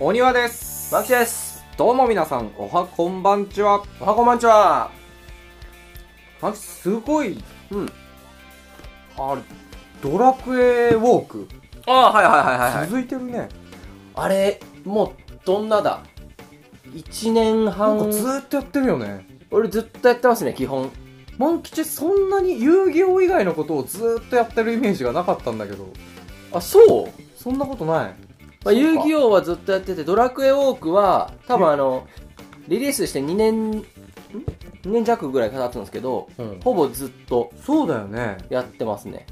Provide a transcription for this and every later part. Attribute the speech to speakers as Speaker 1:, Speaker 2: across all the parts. Speaker 1: お庭です
Speaker 2: マキです
Speaker 1: どうも皆さんおはこんばんちは
Speaker 2: おはこんばんちは
Speaker 1: マキすごい
Speaker 2: うん
Speaker 1: あれドラクエウォーク
Speaker 2: ああはいはいはいはい、はい、
Speaker 1: 続いてるね
Speaker 2: あれもうどんなだ1年
Speaker 1: なん
Speaker 2: 半
Speaker 1: かずーっとやってるよね
Speaker 2: 俺ずっとやってますね基本
Speaker 1: 万吉そんなに遊戯王以外のことをずーっとやってるイメージがなかったんだけど
Speaker 2: あそう
Speaker 1: そんなことない
Speaker 2: まあ、遊戯
Speaker 1: 王
Speaker 2: 王はずっとやってて、ドラクエウォークは、多分あの、リリースして2年、ん ?2 年弱ぐらいかかってんですけど、
Speaker 1: うん
Speaker 2: ほぼずっと
Speaker 1: そうだよね
Speaker 2: やってますね。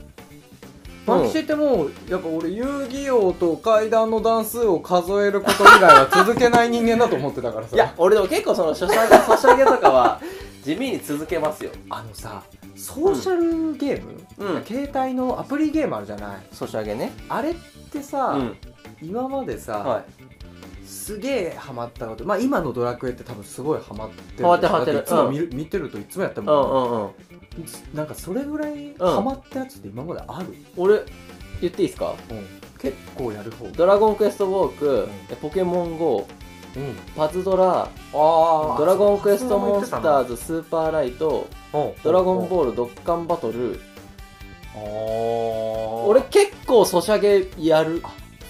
Speaker 1: マキシってもうやっぱ俺遊戯王と階段の段数を数えること以外は続けない人間だと思ってたからさ
Speaker 2: いや、俺でも結構その、ソシ ャゲ、ソシャゲとかは、地味に続けますよ。
Speaker 1: あのさソーシャルゲーム、
Speaker 2: うん
Speaker 1: 携帯のアプリゲームあるじゃない
Speaker 2: ソシャゲね。
Speaker 1: あれってさ、
Speaker 2: うん。
Speaker 1: 今までさ、
Speaker 2: は
Speaker 1: すげえハマったことまあ今のドラクエって多分すごいハマってる
Speaker 2: ハマってるハマってる
Speaker 1: だいつも見,、見てるといつもやって
Speaker 2: い。
Speaker 1: る
Speaker 2: う
Speaker 1: も
Speaker 2: ん
Speaker 1: ん、
Speaker 2: うんうん。
Speaker 1: なんかそれぐらいハマったやつって今まである、
Speaker 2: 俺、言っていいですか
Speaker 1: うん結構やる方
Speaker 2: ドラゴンクエストウォーク、
Speaker 1: うん
Speaker 2: ポケモン GO、
Speaker 1: うん
Speaker 2: パズドラ、
Speaker 1: あ
Speaker 2: ドラゴンクエストモンスターズ、スーパーライト、
Speaker 1: ー
Speaker 2: ドラゴン
Speaker 1: ール
Speaker 2: ボール、ドッカンバトル、
Speaker 1: 俺
Speaker 2: 俺結構ソシャゲやる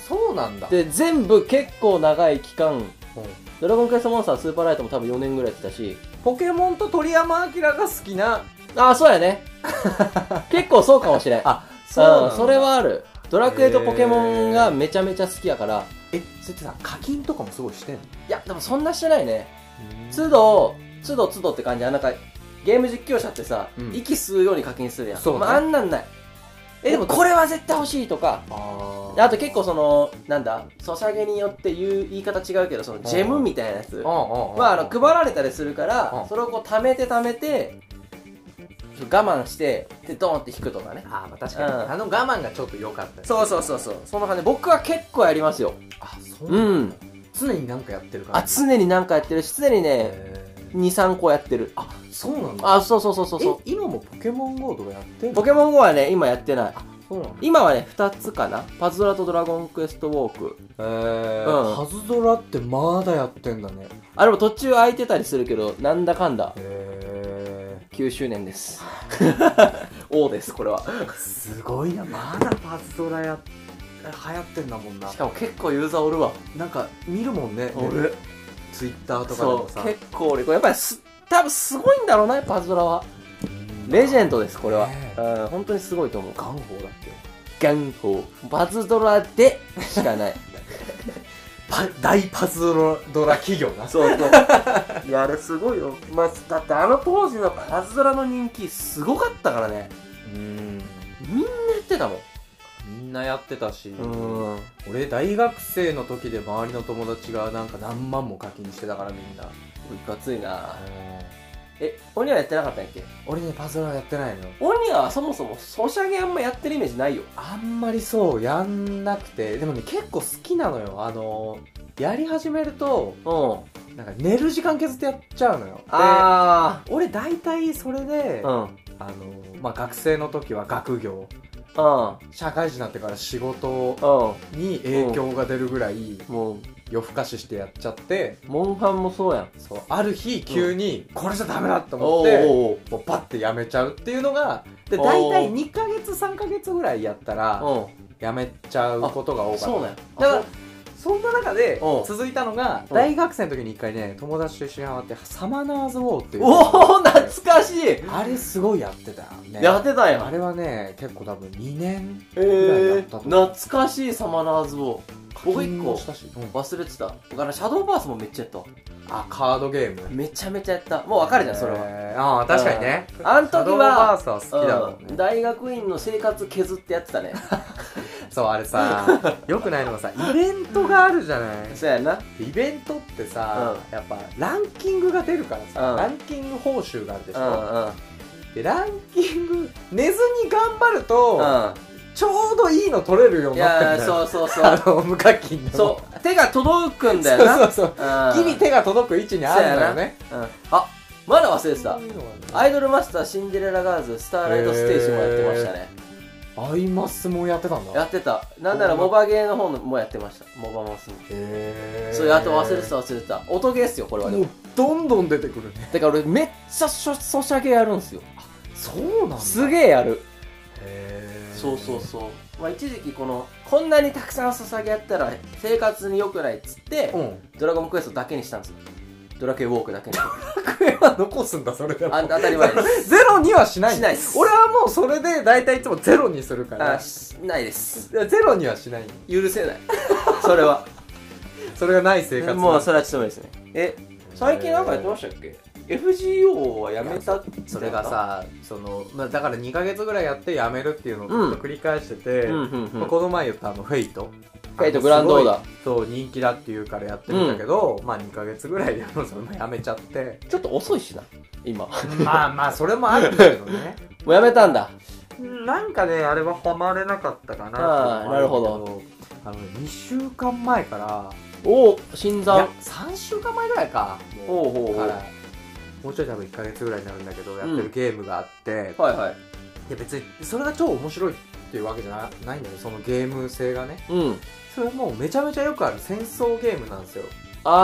Speaker 1: そうなんだ
Speaker 2: で全部結構長い期間
Speaker 1: うん
Speaker 2: 「ドラゴンクエストモンスタースーパーライト」も多分4年ぐらいやってたし
Speaker 1: ポケモンと鳥山明が好きな
Speaker 2: ああそう やね結構そうかもしれん
Speaker 1: あ
Speaker 2: うんそれはあるドラクエとポケモンがめちゃめちゃ好きやから
Speaker 1: えそれってさ課金とかもすごいしてんの
Speaker 2: いやでもそんなしてないね都度都度都度って感じあなんかゲーム実況者ってさ、
Speaker 1: うん
Speaker 2: 息吸うように課金するやん
Speaker 1: そうね
Speaker 2: まあ、あんなんないえでもこれは絶対欲しいとか
Speaker 1: あ
Speaker 2: であと結構そのなんだソシャゲによって言う言い方違うけどそのジェムみたいなやつまあ、あの配られたりするか
Speaker 1: う
Speaker 2: ら
Speaker 1: ん
Speaker 2: それをこう貯めて貯めてちょっと我慢してでドーンって引くとかね
Speaker 1: あーまあ確
Speaker 2: かにあ
Speaker 1: の我慢がちょっと良かった
Speaker 2: そうそうそうそうその感じ僕は結構やりますよ
Speaker 1: あそう
Speaker 2: う
Speaker 1: なんだ
Speaker 2: ん
Speaker 1: 常になんかやってるから
Speaker 2: あ常に何かやってるし常にね
Speaker 1: へー
Speaker 2: 23個やってる
Speaker 1: あそうなんだ
Speaker 2: あそうそうそうそうそ
Speaker 1: え今もポケモン GO とかやってん
Speaker 2: う
Speaker 1: の
Speaker 2: ポケモン GO はね今やってない
Speaker 1: そうなんだ
Speaker 2: 今はね2つかなパズドラとドラゴンクエストウォーク
Speaker 1: えー
Speaker 2: うん
Speaker 1: パズドラってまだやってんだね
Speaker 2: あれも途中空いてたりするけどなんだかんだ
Speaker 1: へ
Speaker 2: 9周年です 王ですこれは
Speaker 1: えすごいなまだパズドラや流行ってんだもんな
Speaker 2: しかも結構ユーザーおるわ
Speaker 1: なんか見るもんね
Speaker 2: おる
Speaker 1: ツイッターとかで
Speaker 2: そ
Speaker 1: もさ
Speaker 2: う結構俺これやっぱりす多分すごいんだろうなパズドラはレジェンドですこれは、
Speaker 1: ね
Speaker 2: うん本当にすごいと思う
Speaker 1: ガンホーだっけ
Speaker 2: 元宝パズドラでしかない
Speaker 1: パ大パズドラ企業な
Speaker 2: そうそういやあれすごいよ、まあ、だってあの当時のパズドラの人気すごかったからね
Speaker 1: うん
Speaker 2: みんなやってたも
Speaker 1: みんなやってたし
Speaker 2: んうん
Speaker 1: 俺大学生の時で周りの友達がなんか何万も課金してたからみんない
Speaker 2: かついなえオニアやってなかったんやっけ
Speaker 1: 俺ねパズドラやってないの
Speaker 2: オニアはそもそもソシャゲあんまやってるイメージないよ
Speaker 1: あんまりそうやんなくてでもね結構好きなのよあのやり始めると
Speaker 2: うん
Speaker 1: なんか寝る時間削ってやっちゃうのよで
Speaker 2: あ
Speaker 1: 俺大体それで、
Speaker 2: あうん
Speaker 1: あのまあ、学生の時は学業
Speaker 2: う
Speaker 1: 社会人になってから仕事
Speaker 2: んうん
Speaker 1: に影響が出るぐらい
Speaker 2: もう
Speaker 1: 夜更かししてやっちゃって
Speaker 2: モンハンもそうやん
Speaker 1: そうある日急にこれじゃダメだと思
Speaker 2: お
Speaker 1: って、
Speaker 2: お
Speaker 1: もうパッてやめちゃうっていうのがで
Speaker 2: おー
Speaker 1: 大体2ヶ月3ヶ月ぐらいやったら
Speaker 2: お
Speaker 1: やめちゃうことが多か
Speaker 2: うん
Speaker 1: った
Speaker 2: そうなんや
Speaker 1: だから
Speaker 2: あ
Speaker 1: そんな中で
Speaker 2: おう
Speaker 1: 続いたのが
Speaker 2: うん
Speaker 1: 大学生の時に一回ね友達と一緒にハマってサマナーズ・ウォーっていう
Speaker 2: おお懐かしい、
Speaker 1: あれすごいやってたよね
Speaker 2: やってたん
Speaker 1: あ
Speaker 2: や
Speaker 1: れはね結構多分2年
Speaker 2: え
Speaker 1: やった
Speaker 2: ー、
Speaker 1: と
Speaker 2: 懐かしいサマナーズを僕一個
Speaker 1: したし、
Speaker 2: 忘れてた僕あのシャドーバースもめっちゃやっ
Speaker 1: あカードゲー
Speaker 2: た
Speaker 1: ム
Speaker 2: めちゃめちゃやったもうわかるじゃんそれは、
Speaker 1: えーああ確かにね
Speaker 2: うんあん時は
Speaker 1: シャドーバースは好きだもん
Speaker 2: うん
Speaker 1: ね
Speaker 2: 大学院の生活削ってやって たね
Speaker 1: そうあれ さよくないのがさイベントがあるじゃない
Speaker 2: そうやな
Speaker 1: イベントってさ、やっぱランキングが出るからさ、
Speaker 2: うん
Speaker 1: ランキング報酬があるでし
Speaker 2: う
Speaker 1: ょ、
Speaker 2: んうん
Speaker 1: でランキング寝ずに頑張ると、
Speaker 2: う
Speaker 1: ちょうどいいの取れるようんに
Speaker 2: い
Speaker 1: なって
Speaker 2: や
Speaker 1: る
Speaker 2: ー
Speaker 1: んだ
Speaker 2: そ
Speaker 1: よ
Speaker 2: うそうそ
Speaker 1: あ
Speaker 2: う
Speaker 1: の無課金の
Speaker 2: そう手が届くんだよな
Speaker 1: そうそうそう
Speaker 2: うん
Speaker 1: ギリ手が届く位置にあるんだよね
Speaker 2: うんあまだ忘れてた
Speaker 1: そういうのがね
Speaker 2: アイドルマスターシンデレラガールズスターライトステージもやってましたね
Speaker 1: アイマスもやってたんだ。
Speaker 2: やってた。なんならモバゲーの方のもやってました。モバマスも。
Speaker 1: へー
Speaker 2: それあと忘れてた忘れてた。音ゲーっすよ、これはで
Speaker 1: も
Speaker 2: も。
Speaker 1: うどんどん出てくるね。
Speaker 2: だから俺めっちゃソソシャゲやるんすよ。
Speaker 1: そうなんだ。
Speaker 2: す
Speaker 1: え。
Speaker 2: げえやる。
Speaker 1: そ
Speaker 2: そうう
Speaker 1: そ
Speaker 2: そうう
Speaker 1: そ
Speaker 2: そう。まあ一時期この、こんなにたくさんソシャゲやったら生活に良くないっつって、
Speaker 1: う。うん。
Speaker 2: ドラゴンクエストだけにしたんですよ。ドラクエウォークだけに。あ
Speaker 1: クエは残すんだ、それでも。
Speaker 2: 当たり前です。
Speaker 1: ゼロにはしないんだ
Speaker 2: しないです
Speaker 1: 俺はもうそれで大体いつもゼロにするか
Speaker 2: あ
Speaker 1: ら。
Speaker 2: しないです。
Speaker 1: いやゼロにはしない。
Speaker 2: 許せない。 それは。
Speaker 1: それがない生活。
Speaker 2: もうそれはちょっと無理ですね。え、最近なんかやってましたっけ ?FGO はやめたって
Speaker 1: それが、さ、その、まあ、だから2ヶ月ぐらいやってやめるっていうのをずっと繰り返してて、
Speaker 2: うんうんう
Speaker 1: まあ
Speaker 2: ん。
Speaker 1: この前言ったあの、フェイト。
Speaker 2: フェイトグランドオーダー
Speaker 1: あの。すごいそう、人気だっていうからやってみたけど、まあ2ヶ月ぐらいでもうそれもやめちゃって。
Speaker 2: ちょっと遅いしな、今。も
Speaker 1: まあまあ、それもあるんだけど ね。
Speaker 2: うやめたんだ。
Speaker 1: なんかね、あれはハマれなかったかなっ
Speaker 2: あー
Speaker 1: ていうのも
Speaker 2: なる
Speaker 1: あけ。あの、2週間前から、
Speaker 2: おお、新
Speaker 1: いや
Speaker 2: 参。
Speaker 1: 3週間前ぐらいか。も
Speaker 2: おうお
Speaker 1: う
Speaker 2: うおう
Speaker 1: からもうちょい多分1ヶ月ぐらいになるんだけど、やって
Speaker 2: う
Speaker 1: る
Speaker 2: ん
Speaker 1: ゲームがあって、
Speaker 2: はいはい。
Speaker 1: いや別に、それが超面白いっていうわけじゃなないんだよね、そのゲーム性がね。
Speaker 2: うん。
Speaker 1: それもうめちゃめちゃよくある戦争ゲームなんですよ。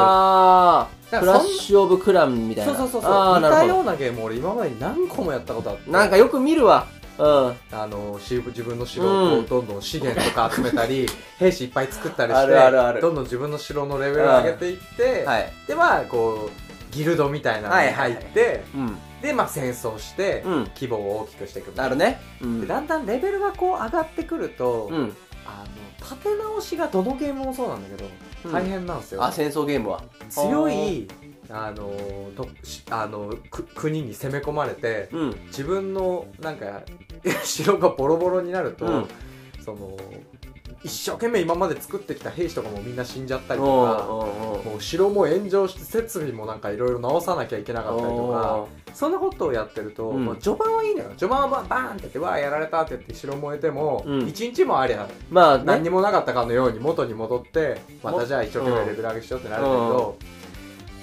Speaker 2: あー、
Speaker 1: だ
Speaker 2: ク
Speaker 1: から
Speaker 2: ラ
Speaker 1: そ
Speaker 2: ッ
Speaker 1: ん
Speaker 2: シュオブクランみたい
Speaker 1: そ
Speaker 2: な。
Speaker 1: うそうそうそう
Speaker 2: あー、
Speaker 1: 似
Speaker 2: な
Speaker 1: た
Speaker 2: る
Speaker 1: よ
Speaker 2: ほ
Speaker 1: うなゲーム俺今までに何個もやったことあって
Speaker 2: ど。なんかよく見るわ。うん。
Speaker 1: あのし自分の城
Speaker 2: う
Speaker 1: を
Speaker 2: ん
Speaker 1: どんどん資源とか集めた り、兵士いっぱい作ったりして
Speaker 2: あるあるある
Speaker 1: どんどん自分の城のレベルを上げていって、
Speaker 2: はい。
Speaker 1: でまあこうギルドみたいなのに入って、
Speaker 2: うん。
Speaker 1: でまあ戦争して、
Speaker 2: うん。
Speaker 1: 規模を大きくしていくみた
Speaker 2: あ
Speaker 1: いな
Speaker 2: るね。うん
Speaker 1: で。だんだんレベルがこう上がってくると、
Speaker 2: うん。
Speaker 1: あの立て直しがどのゲームもそうなんだけど
Speaker 2: うん
Speaker 1: 大変なんですよ、
Speaker 2: あ、戦争ゲームは。
Speaker 1: 強いあのとしあのく国に攻め込まれて、
Speaker 2: うん。
Speaker 1: 自分のなんか 城がボロボロになると、
Speaker 2: うん
Speaker 1: その一生懸命今まで作ってきた兵士とかもみんな死んじゃったり
Speaker 2: おー
Speaker 1: と
Speaker 2: お
Speaker 1: かもう城も炎上して設備もなんかいろいろ直さなきゃいけな
Speaker 2: ー
Speaker 1: かったりと
Speaker 2: お
Speaker 1: か
Speaker 2: ー
Speaker 1: そんなことをやってると、
Speaker 2: うん
Speaker 1: もう序盤はいいのよ序盤はババーンってやってわーやられたって言って城燃えても、
Speaker 2: うん
Speaker 1: 一日もありゃ
Speaker 2: まあね、
Speaker 1: 何にもなかったかのように元に戻ってまたじゃあ一生懸命レベル上げしようってなるんだけど、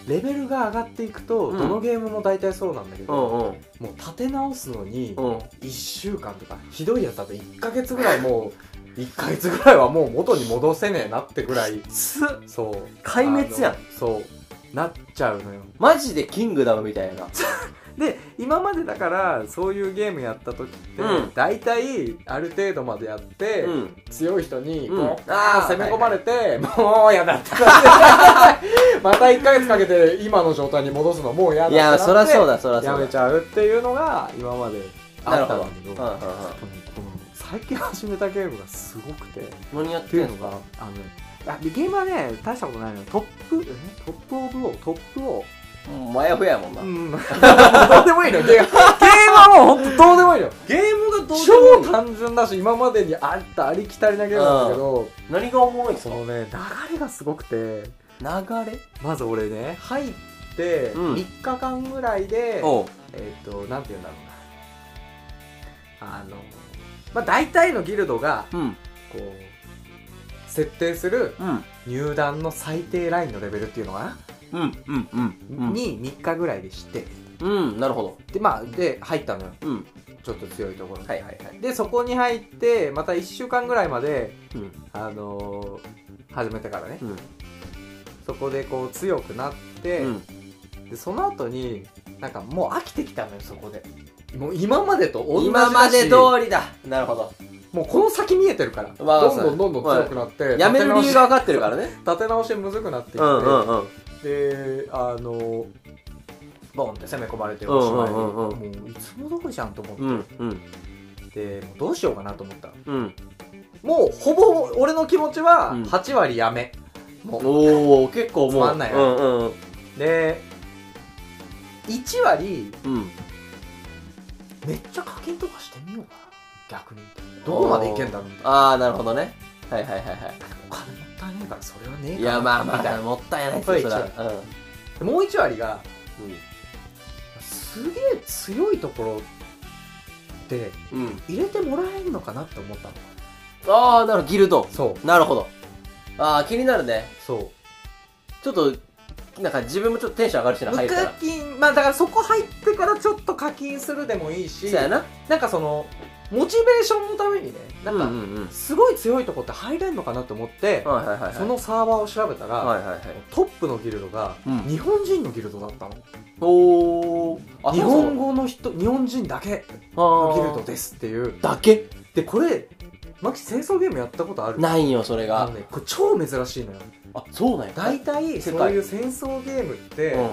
Speaker 1: レベルが上がっていくと、
Speaker 2: うん
Speaker 1: どのゲームも大体そうなんだけ
Speaker 2: う
Speaker 1: ど、
Speaker 2: んうん。
Speaker 1: もう立て直すのに、
Speaker 2: うん。
Speaker 1: 1週間とかひどいやつだと1ヶ月ぐらいもう1ヶ 月ぐらいはもう元に戻せねえなってぐらい
Speaker 2: す
Speaker 1: そう
Speaker 2: 壊滅やん
Speaker 1: あのそうなっちゃうのよ
Speaker 2: マジでキングダムみたいな。
Speaker 1: で今までだからそういうゲームやった時って、
Speaker 2: うん
Speaker 1: 大体ある程度までやって、
Speaker 2: うん。
Speaker 1: 強い人に、
Speaker 2: うん
Speaker 1: もうあ
Speaker 2: あー
Speaker 1: ー攻め込まれて、もうや だってなってまた1ヶ月かけて今の状態に戻すのもうやだっ
Speaker 2: い
Speaker 1: てなっ
Speaker 2: や、
Speaker 1: て
Speaker 2: そらそうだ、そらそうだ。
Speaker 1: やめちゃうっていうのが今まであったんだけど
Speaker 2: なるほどうんうんうん
Speaker 1: この最近始めたゲームがすごくてっ
Speaker 2: 何やって
Speaker 1: い
Speaker 2: て
Speaker 1: うん
Speaker 2: の
Speaker 1: のがあのあゲームはね大したことないのよトップえトップオブオートップオ
Speaker 2: もうマヤフやもんな。
Speaker 1: ーんどうでもいいのよゲームゲームはもう本当どうでもいいのよ
Speaker 2: ゲームが
Speaker 1: 超単純だし今までにあったありきたりなゲームなんだけど
Speaker 2: 何がおもろいんです
Speaker 1: そ
Speaker 2: か
Speaker 1: のね流れがすごくて
Speaker 2: 流れ
Speaker 1: まず俺ね入って
Speaker 2: うん
Speaker 1: 3日間ぐらいで、
Speaker 2: お
Speaker 1: えっ、と、なんて言うんだろうな。あの、まあ、大体のギルドが、
Speaker 2: うん。
Speaker 1: こう、設定する
Speaker 2: うん。
Speaker 1: 入団の最低ラインのレベルっていうのかな、
Speaker 2: うん。うん。うん。
Speaker 1: に3日ぐらいでして、
Speaker 2: うん。なるほど。
Speaker 1: で、まあ、で、入ったのよ。
Speaker 2: うん。
Speaker 1: ちょっと強いところに。
Speaker 2: はいはいはい。
Speaker 1: で、そこに入って、また1週間ぐらいまで、
Speaker 2: うん。
Speaker 1: あのー始めてからね、
Speaker 2: うん。
Speaker 1: そこでこう強くなって、
Speaker 2: うん。
Speaker 1: でその後になんかもう飽きてきたのよそこでもう今までと同じだし
Speaker 2: 今まで通りだ。なるほど。
Speaker 1: もうこの先見えてるから、
Speaker 2: わか
Speaker 1: ど
Speaker 2: る
Speaker 1: んどんどんどん強くなって、
Speaker 2: やめる理由が分かってるからね。
Speaker 1: 立て直し立て直しむずくなってきて、
Speaker 2: うん。
Speaker 1: であのボンって攻め込まれておしまいに、
Speaker 2: うんうんうんうん
Speaker 1: もういつもどこじゃんと思
Speaker 2: うん
Speaker 1: っ。
Speaker 2: うん。
Speaker 1: て、もうどうしようかなと思った
Speaker 2: うん。
Speaker 1: もうほぼ俺の気持ちは
Speaker 2: うん
Speaker 1: 8割やめ、もう
Speaker 2: おお結構もう。
Speaker 1: つまんないな
Speaker 2: うんうん。
Speaker 1: で1割
Speaker 2: うん。
Speaker 1: めっちゃ課金とかしてみようかな逆にどこまでいけんだろうみたいな
Speaker 2: ああ、なるほどね。はいはいはいは
Speaker 1: お金もったいねえからそれはねえ
Speaker 2: い。
Speaker 1: か
Speaker 2: いや、まあ
Speaker 1: み
Speaker 2: ま
Speaker 1: たい
Speaker 2: あ、もったいない
Speaker 1: それ
Speaker 2: そら。
Speaker 1: 一なもう1割が
Speaker 2: う
Speaker 1: すげえ強いところって
Speaker 2: ん。うん。
Speaker 1: 入れてもらえるのかなって思ったの
Speaker 2: ああ、なるほど。ギルド。
Speaker 1: そう
Speaker 2: なるほど。ああ、気になるね。
Speaker 1: そ
Speaker 2: ちょっと、なんか自分もちょっとテンション上がるし
Speaker 1: う
Speaker 2: な、
Speaker 1: 無
Speaker 2: 入った
Speaker 1: 課
Speaker 2: ら。
Speaker 1: 金まあだからそこ入ってからちょっと課金するでもいい
Speaker 2: そう
Speaker 1: し
Speaker 2: やな。
Speaker 1: なんかそのモチベーションのためにねなん
Speaker 2: うん
Speaker 1: か
Speaker 2: うんうん
Speaker 1: すごい強いとこって入れんのかなと思って、
Speaker 2: はいはいはいはい
Speaker 1: そのサーバーを調べたら、
Speaker 2: はいはいはい
Speaker 1: トップのギルドが
Speaker 2: うん
Speaker 1: 日本人のギルドだったの、
Speaker 2: おおあ
Speaker 1: 日本語の人日本人だけのギルドですっていう
Speaker 2: だけ
Speaker 1: でこれマキ清掃ゲームやったことある
Speaker 2: ないよそれ
Speaker 1: あ
Speaker 2: が
Speaker 1: のねこれ超珍しいのよ
Speaker 2: あそうなんや
Speaker 1: 大体
Speaker 2: 世
Speaker 1: そ
Speaker 2: 界
Speaker 1: ういう戦争ゲームって、
Speaker 2: うん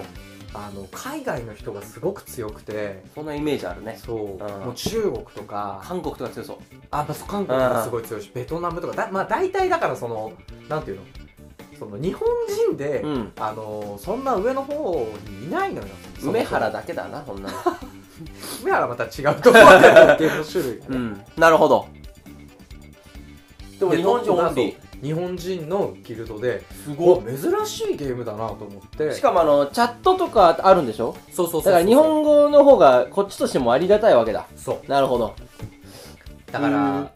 Speaker 1: あの海外の人がすごく強くて
Speaker 2: そんなイメージあるね
Speaker 1: そう、
Speaker 2: ん
Speaker 1: もう中国とか
Speaker 2: 韓国とか強そう
Speaker 1: あまあそう韓国がすごい強いし、ベトナムとかだまあ大体だからそのなんていうのその日本人で、
Speaker 2: うん
Speaker 1: あのそんな上の方にいないのよ
Speaker 2: 梅原
Speaker 1: だ
Speaker 2: だけだなそんなの
Speaker 1: 梅原はまた違うと思うんだけ どゲームの種類がね、
Speaker 2: んなるほどでも
Speaker 1: で
Speaker 2: 日本人オンリー
Speaker 1: そう日本人のギルドです
Speaker 2: ご
Speaker 1: 珍しいゲームだなと思って
Speaker 2: しかもあのチャットとかあるんでしょ
Speaker 1: そうそうそうそう
Speaker 2: だから日本語の方がこっちとしてもありがたいわけだ
Speaker 1: そう
Speaker 2: なるほど
Speaker 1: だか
Speaker 2: うん
Speaker 1: ら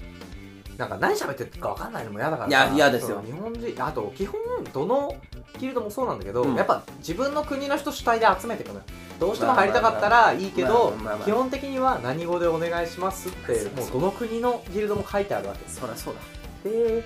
Speaker 1: なんか何喋ってるか分かんないのも嫌だから
Speaker 2: いや嫌ですよ
Speaker 1: その日本人あと基本どのギルドもそうなんだけど、
Speaker 2: うん
Speaker 1: やっぱ自分の国の人主体で集めていくのよどうしても入りたかったらいいけど
Speaker 2: まあまあまあまあまあ
Speaker 1: 基本的には何語でお願いしますって
Speaker 2: まあそう
Speaker 1: もうどの国のギルドも書いてあるわけです
Speaker 2: そりゃそうだ
Speaker 1: で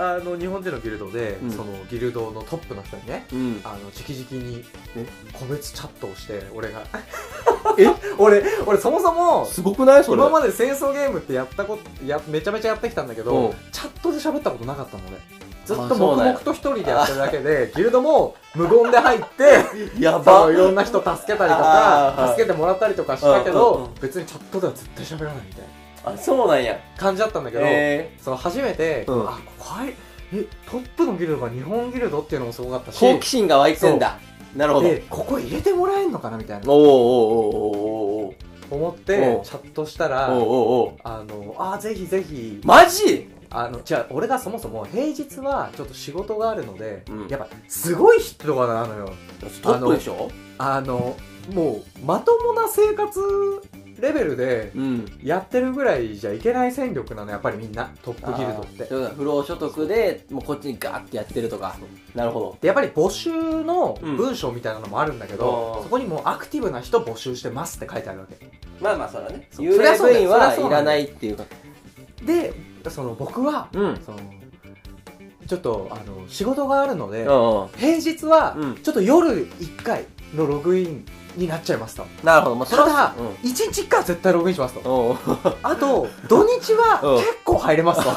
Speaker 1: あの日本人のギルドで、
Speaker 2: うん
Speaker 1: そのギルドのトップの人にね
Speaker 2: うん
Speaker 1: あの直々に
Speaker 2: え
Speaker 1: 個別チャットをして俺が
Speaker 2: え
Speaker 1: 俺俺そもそも
Speaker 2: すごくないそれ
Speaker 1: 今まで戦争ゲームってやったことやめちゃめちゃやってきたんだけ
Speaker 2: うん
Speaker 1: どチャットで喋ったことなかったの俺ずっと
Speaker 2: あそう
Speaker 1: 黙
Speaker 2: なんや
Speaker 1: 々と一人でやってるだけでギルドも無言で入って
Speaker 2: や
Speaker 1: そ
Speaker 2: ば
Speaker 1: のいろんな人助けたりと
Speaker 2: あー
Speaker 1: か
Speaker 2: はい
Speaker 1: 助けてもらったりとかしたけ
Speaker 2: うんうん
Speaker 1: ど
Speaker 2: う
Speaker 1: 別にチャットでは絶対喋らないみたいな
Speaker 2: あそうなんや
Speaker 1: 感じだったんだけど
Speaker 2: え
Speaker 1: その初めてあ
Speaker 2: うん
Speaker 1: ここ入えトップのギルドが日本ギルドっていうのもすごかった
Speaker 2: ー
Speaker 1: し
Speaker 2: 好奇心が湧いてんだなるほど
Speaker 1: でここ入れてもらえんのかなみたいな
Speaker 2: おおーおーおーおーおー
Speaker 1: 思っ
Speaker 2: お
Speaker 1: て
Speaker 2: う
Speaker 1: チャットした
Speaker 2: おーおー
Speaker 1: ら
Speaker 2: おー
Speaker 1: あのあーぜひぜひ
Speaker 2: マジ
Speaker 1: あのじゃあ俺がそもそも平日はちょっと仕事があるので、
Speaker 2: うん
Speaker 1: やっぱすごい人がなのよ
Speaker 2: トップでしょ
Speaker 1: あのもうまともな生活レベルで
Speaker 2: うん
Speaker 1: やってるぐらいじゃいけない戦力なのやっぱりみんなトップギルドって
Speaker 2: あーそうだ不労所得でもうこっちにガーってやってるとかなるほ
Speaker 1: でやっぱり募集の
Speaker 2: うん
Speaker 1: 文章みたいなのもあるんだけ
Speaker 2: あ
Speaker 1: ど、
Speaker 2: ー
Speaker 1: そこにもうアクティブな人募集してますって書いてあるわけ
Speaker 2: どまあまあそらね
Speaker 1: そう
Speaker 2: 幽
Speaker 1: そり
Speaker 2: 霊
Speaker 1: ゃそうだよ
Speaker 2: 部員はいらないっていうか
Speaker 1: でその僕は
Speaker 2: うんうん
Speaker 1: そのちょっとあの仕事があるので、
Speaker 2: うん
Speaker 1: 平日は
Speaker 2: うん
Speaker 1: ちょっと夜1回のログインになっちゃいますと
Speaker 2: なるほどまあそ
Speaker 1: た
Speaker 2: ら
Speaker 1: だ
Speaker 2: うん
Speaker 1: 1日1回は絶対ログインしますと
Speaker 2: おう
Speaker 1: あ と土日
Speaker 2: う
Speaker 1: は
Speaker 2: ん
Speaker 1: 結構入れます と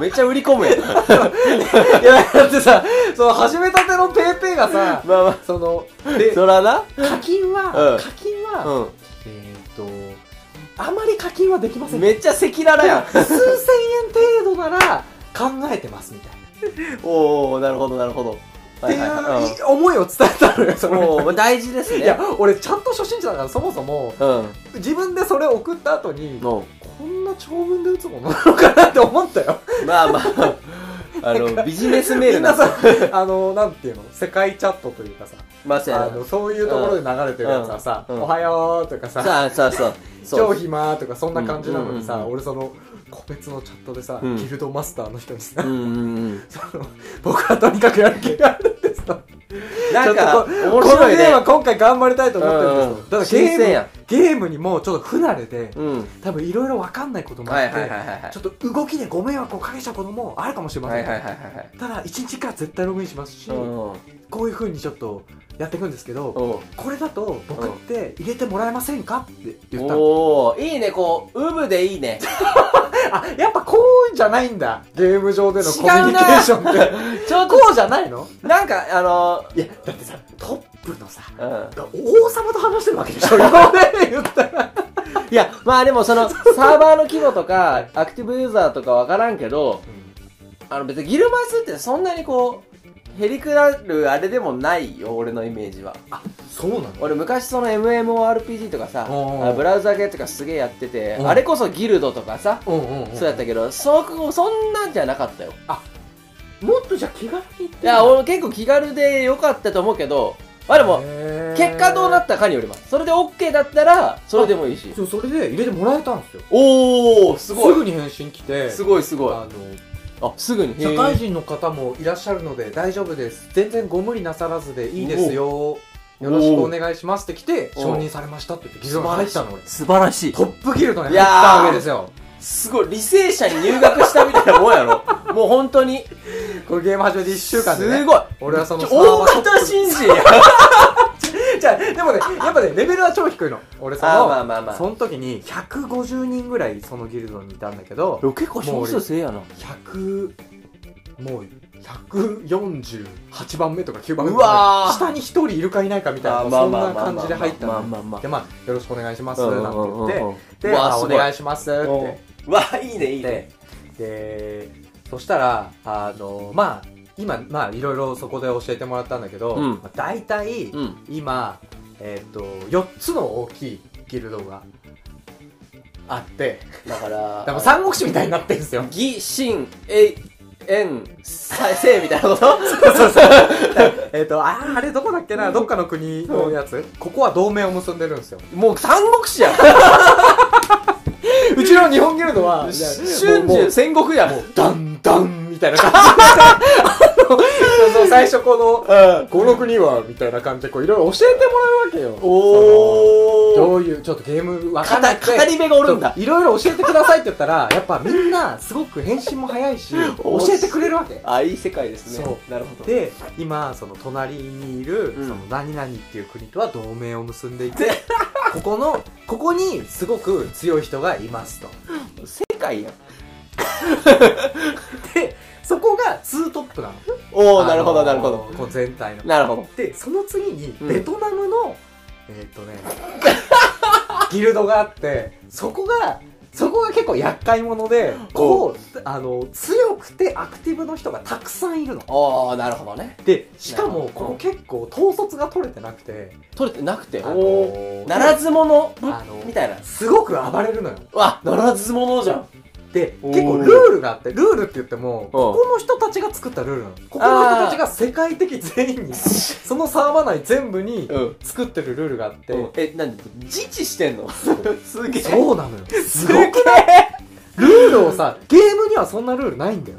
Speaker 2: めっちゃ売り込むやん
Speaker 1: い
Speaker 2: ま
Speaker 1: やだってさその始めたてのペーペーが
Speaker 2: あ
Speaker 1: さ
Speaker 2: まあ
Speaker 1: そので
Speaker 2: そらな
Speaker 1: 課金
Speaker 2: う
Speaker 1: は
Speaker 2: ん
Speaker 1: 課金は
Speaker 2: う
Speaker 1: えーっとあまり課金はできませ
Speaker 2: ん
Speaker 1: ん数
Speaker 2: めっちゃ赤裸々やん
Speaker 1: 千円程度なら考えてますみたい
Speaker 2: おおなるほどなるほど
Speaker 1: なっていう思いを伝えたのよそ
Speaker 2: うん
Speaker 1: の
Speaker 2: おお大事です
Speaker 1: い
Speaker 2: ね
Speaker 1: や俺ちゃんと初心者だからそもそも
Speaker 2: うん
Speaker 1: 自分でそれを送った後に
Speaker 2: もう
Speaker 1: こんな長文で打つものなのかなって思ったよ。
Speaker 2: ま あまああのビジネスメー
Speaker 1: み
Speaker 2: ル
Speaker 1: ん
Speaker 2: な
Speaker 1: なん
Speaker 2: です
Speaker 1: さ、
Speaker 2: よ
Speaker 1: あの、なんていうの世界チャットというかさ、
Speaker 2: まあそうや
Speaker 1: あ
Speaker 2: な
Speaker 1: の、そういうところで流れてるやつはさ、
Speaker 2: うんうん
Speaker 1: おはようとかさ、
Speaker 2: さあさあさあそ
Speaker 1: 超
Speaker 2: う
Speaker 1: 暇とかそんな感じなのに
Speaker 2: うんうん
Speaker 1: さ、
Speaker 2: うん
Speaker 1: 俺その、個別のチャットでさ、
Speaker 2: うん
Speaker 1: ギルドマスターの人に
Speaker 2: う
Speaker 1: さ、
Speaker 2: んうんうん
Speaker 1: その、僕はとにかくやる気があるんですと。
Speaker 2: なん
Speaker 1: ちょ
Speaker 2: か
Speaker 1: っとこ
Speaker 2: 面
Speaker 1: この
Speaker 2: 白い
Speaker 1: ゲームは
Speaker 2: ね
Speaker 1: 今回頑張りたいと思ってるんですと。
Speaker 2: うんうん
Speaker 1: ただ
Speaker 2: 新鮮やん
Speaker 1: ゲーム、ゲームにもちょっと不慣れで、
Speaker 2: うん
Speaker 1: 多分いろいろわかんないことも
Speaker 2: は
Speaker 1: あ
Speaker 2: い
Speaker 1: っ
Speaker 2: はいはいは
Speaker 1: て、
Speaker 2: いはい
Speaker 1: ちょっと動きでご迷惑をかけちゃうこともあるかもしれま
Speaker 2: は
Speaker 1: せ
Speaker 2: い
Speaker 1: んと
Speaker 2: はいはいはいはい
Speaker 1: ただ1日から絶対ログインしますし、
Speaker 2: うんうん
Speaker 1: こういう風にちょっとやっていくんですけど、
Speaker 2: おう
Speaker 1: これだと僕って入れてもらえませんかって言ったの
Speaker 2: おーいいねこうウブでいいね
Speaker 1: あやっぱこうじゃないんだゲーム上でのコミュニケーションって
Speaker 2: ちょっ
Speaker 1: こうじゃないの
Speaker 2: となんかあの
Speaker 1: いやだってさトップのさ
Speaker 2: うん
Speaker 1: 王様と話してるわけでし ょ今で言ったら
Speaker 2: いやまあでもそ のサーバーの規模とかアクティブユーザーとかわからんけどあの別にギルマスってそんなにこうへりくだるあれでもないよ俺のイメージは
Speaker 1: そうなの
Speaker 2: 俺昔その MMORPG とかさ
Speaker 1: おうおう
Speaker 2: あのブラウザ系とかすげえやってて
Speaker 1: うん
Speaker 2: あれこそギルドとかさ
Speaker 1: うんうん、うん、
Speaker 2: そうやったけどそうそんなんじゃなかったよ
Speaker 1: もっとじゃあ気軽に
Speaker 2: いや俺結構気軽でよかったと思うけどまあでも結果どうな
Speaker 1: た
Speaker 2: ったかによりますそれで OK だったらそれでもいいし
Speaker 1: それで入れてもらえたんですよ
Speaker 2: おおす
Speaker 1: す
Speaker 2: ごい
Speaker 1: ぐに返信来て
Speaker 2: すごいすごい
Speaker 1: あの
Speaker 2: あすぐに
Speaker 1: 社会人の方もいらっしゃるので大丈夫です全然ご無理なさらずでいいですよよろしくお願いしますって来て、
Speaker 2: おー
Speaker 1: 承認されましたって言って、ギルドに入ったの俺。
Speaker 3: 素晴らしい
Speaker 1: ト。ップギルドに
Speaker 2: い
Speaker 1: 入
Speaker 2: や
Speaker 1: っ
Speaker 2: ー
Speaker 1: たわけですよ。
Speaker 2: すごい、履正社に入学したみたいなもんやろ。もう本当に。
Speaker 1: これゲーム始めて1週間でね。
Speaker 2: すごい。
Speaker 1: 俺はその
Speaker 2: ちょ大
Speaker 1: トッ
Speaker 2: 型
Speaker 1: プ
Speaker 2: 新人や。
Speaker 1: じゃあ、でもね、やっぱね、レベルは超低いの。俺そ
Speaker 2: あ
Speaker 1: の、
Speaker 2: ーまあまあまあ
Speaker 1: その時に150人ぐらいそのギルドにいたんだけど、
Speaker 3: 結構
Speaker 1: 少数
Speaker 3: せいやな。
Speaker 1: 100、もう、148番目とか9番目
Speaker 2: う
Speaker 1: とか、
Speaker 2: わー。
Speaker 1: 下に1人いるかいないかみたいな、
Speaker 2: あーまあ
Speaker 1: そん
Speaker 2: まあまあ
Speaker 1: な感じで入った
Speaker 3: まあ
Speaker 1: の。
Speaker 3: まあまあ
Speaker 1: で、。まあ、よろしくお願いします、
Speaker 3: う
Speaker 1: な
Speaker 3: う
Speaker 1: んんて
Speaker 3: んうん
Speaker 1: 言
Speaker 3: う
Speaker 1: っ
Speaker 3: ん
Speaker 1: て、で、
Speaker 2: うわー
Speaker 1: あ
Speaker 2: す
Speaker 1: お
Speaker 2: ごい
Speaker 1: 願いしますっ
Speaker 2: う
Speaker 1: て。
Speaker 2: んわあ、いいね、いいね
Speaker 1: で。、で、そしたら、あの、まあ、今、まあ、いろいろそこで教えてもらったんだけど、
Speaker 3: うん
Speaker 1: まあ、大体、
Speaker 3: うん。
Speaker 1: 今、えっと4つの大きいギルドがあって
Speaker 2: だから、
Speaker 1: でも三国志みたいになってるんですよ
Speaker 2: 義、神、え、縁、再生みたいなこと
Speaker 1: えっとあーあれどこだっけなどっかの国のやつここは同盟を結んでるんですよ
Speaker 2: もう三国志やん。
Speaker 1: うちの日本ギルドはも
Speaker 2: 春
Speaker 1: うも
Speaker 2: 秋
Speaker 1: う
Speaker 2: 戦国やん。
Speaker 1: ダンダンみたいな感じであのそうそう最初この56人はみたいな感じでこういろいろ教えてもらうわけよ
Speaker 2: おー。
Speaker 1: どういうちょっとゲーム分か
Speaker 2: か
Speaker 1: んな
Speaker 2: た、
Speaker 1: くて
Speaker 2: 語り部がおるんだ。
Speaker 1: いろいろ教えてくださいって言ったら やっぱみんなすごく返信も早いし教えてくれるわけ
Speaker 2: あ、いい世界ですね。
Speaker 1: そ
Speaker 2: なるほど。
Speaker 1: で今その隣にいる、
Speaker 2: うん
Speaker 1: その何々っていう国とは同盟を結んでいて ここのここにすごく強い人がいますと
Speaker 2: 世界やん。
Speaker 1: でそこがツートップなの
Speaker 2: お
Speaker 1: あ
Speaker 2: ー、
Speaker 1: の
Speaker 2: なるほど、なるほど。
Speaker 1: こう全体の
Speaker 2: なるほど。
Speaker 1: でその次に
Speaker 2: うん
Speaker 1: ベトナムの、えーっと ねギルドがあってそこがそこが結構厄介者でこうあの強くてアクティブの人がたくさんいるの
Speaker 2: おー、なるほどね。
Speaker 1: でしかも
Speaker 2: なるほ
Speaker 1: こ
Speaker 2: ど
Speaker 1: こ結構統率が取れてなくて
Speaker 2: 取れてなくて。
Speaker 1: あの
Speaker 2: おー。ならず者
Speaker 1: あの
Speaker 2: みたいな。
Speaker 1: すごく暴れるのよ
Speaker 2: わ、ならず者じゃん。
Speaker 1: で
Speaker 2: おー
Speaker 1: 結構ルールがあってルールって言ってもここの人たちが作ったルールなのここの人たちが世界的全員にそのサーバー内全部に
Speaker 2: うん。
Speaker 1: 作ってるルールがあって、
Speaker 2: え、なんで、自治してんのすげえ。
Speaker 1: そうなのよす
Speaker 2: す
Speaker 1: ご
Speaker 2: げえ
Speaker 1: くルールをさゲームにはそんなルールないんだよ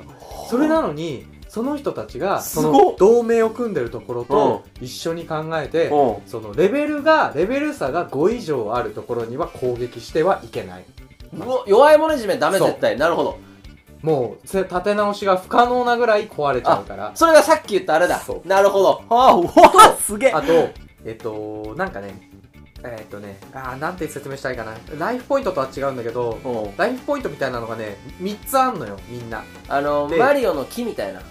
Speaker 1: それなのにその人たちが
Speaker 2: す
Speaker 1: そ
Speaker 2: ごっ
Speaker 1: の同盟を組んでるところと一緒に考えて
Speaker 2: うん。
Speaker 1: そのレベルがレベル差が5以上あるところには攻撃してはいけないう
Speaker 2: わ弱い者いじめダメ
Speaker 1: そう
Speaker 2: 絶対なるほど
Speaker 1: もうせ立て直しが不可能なぐらい壊れちゃうから
Speaker 2: それがさっき言ったあれだ
Speaker 1: そ
Speaker 2: なるほど
Speaker 3: ああ、うわすげえ
Speaker 1: あとえっとなんかねえっとねあーなんて説明したらいいかなライフポイントとは違うんだけど
Speaker 2: うん
Speaker 1: ライフポイントみたいなのがね3つあんのよみんな
Speaker 2: あの
Speaker 1: で
Speaker 2: マリオの木みたいない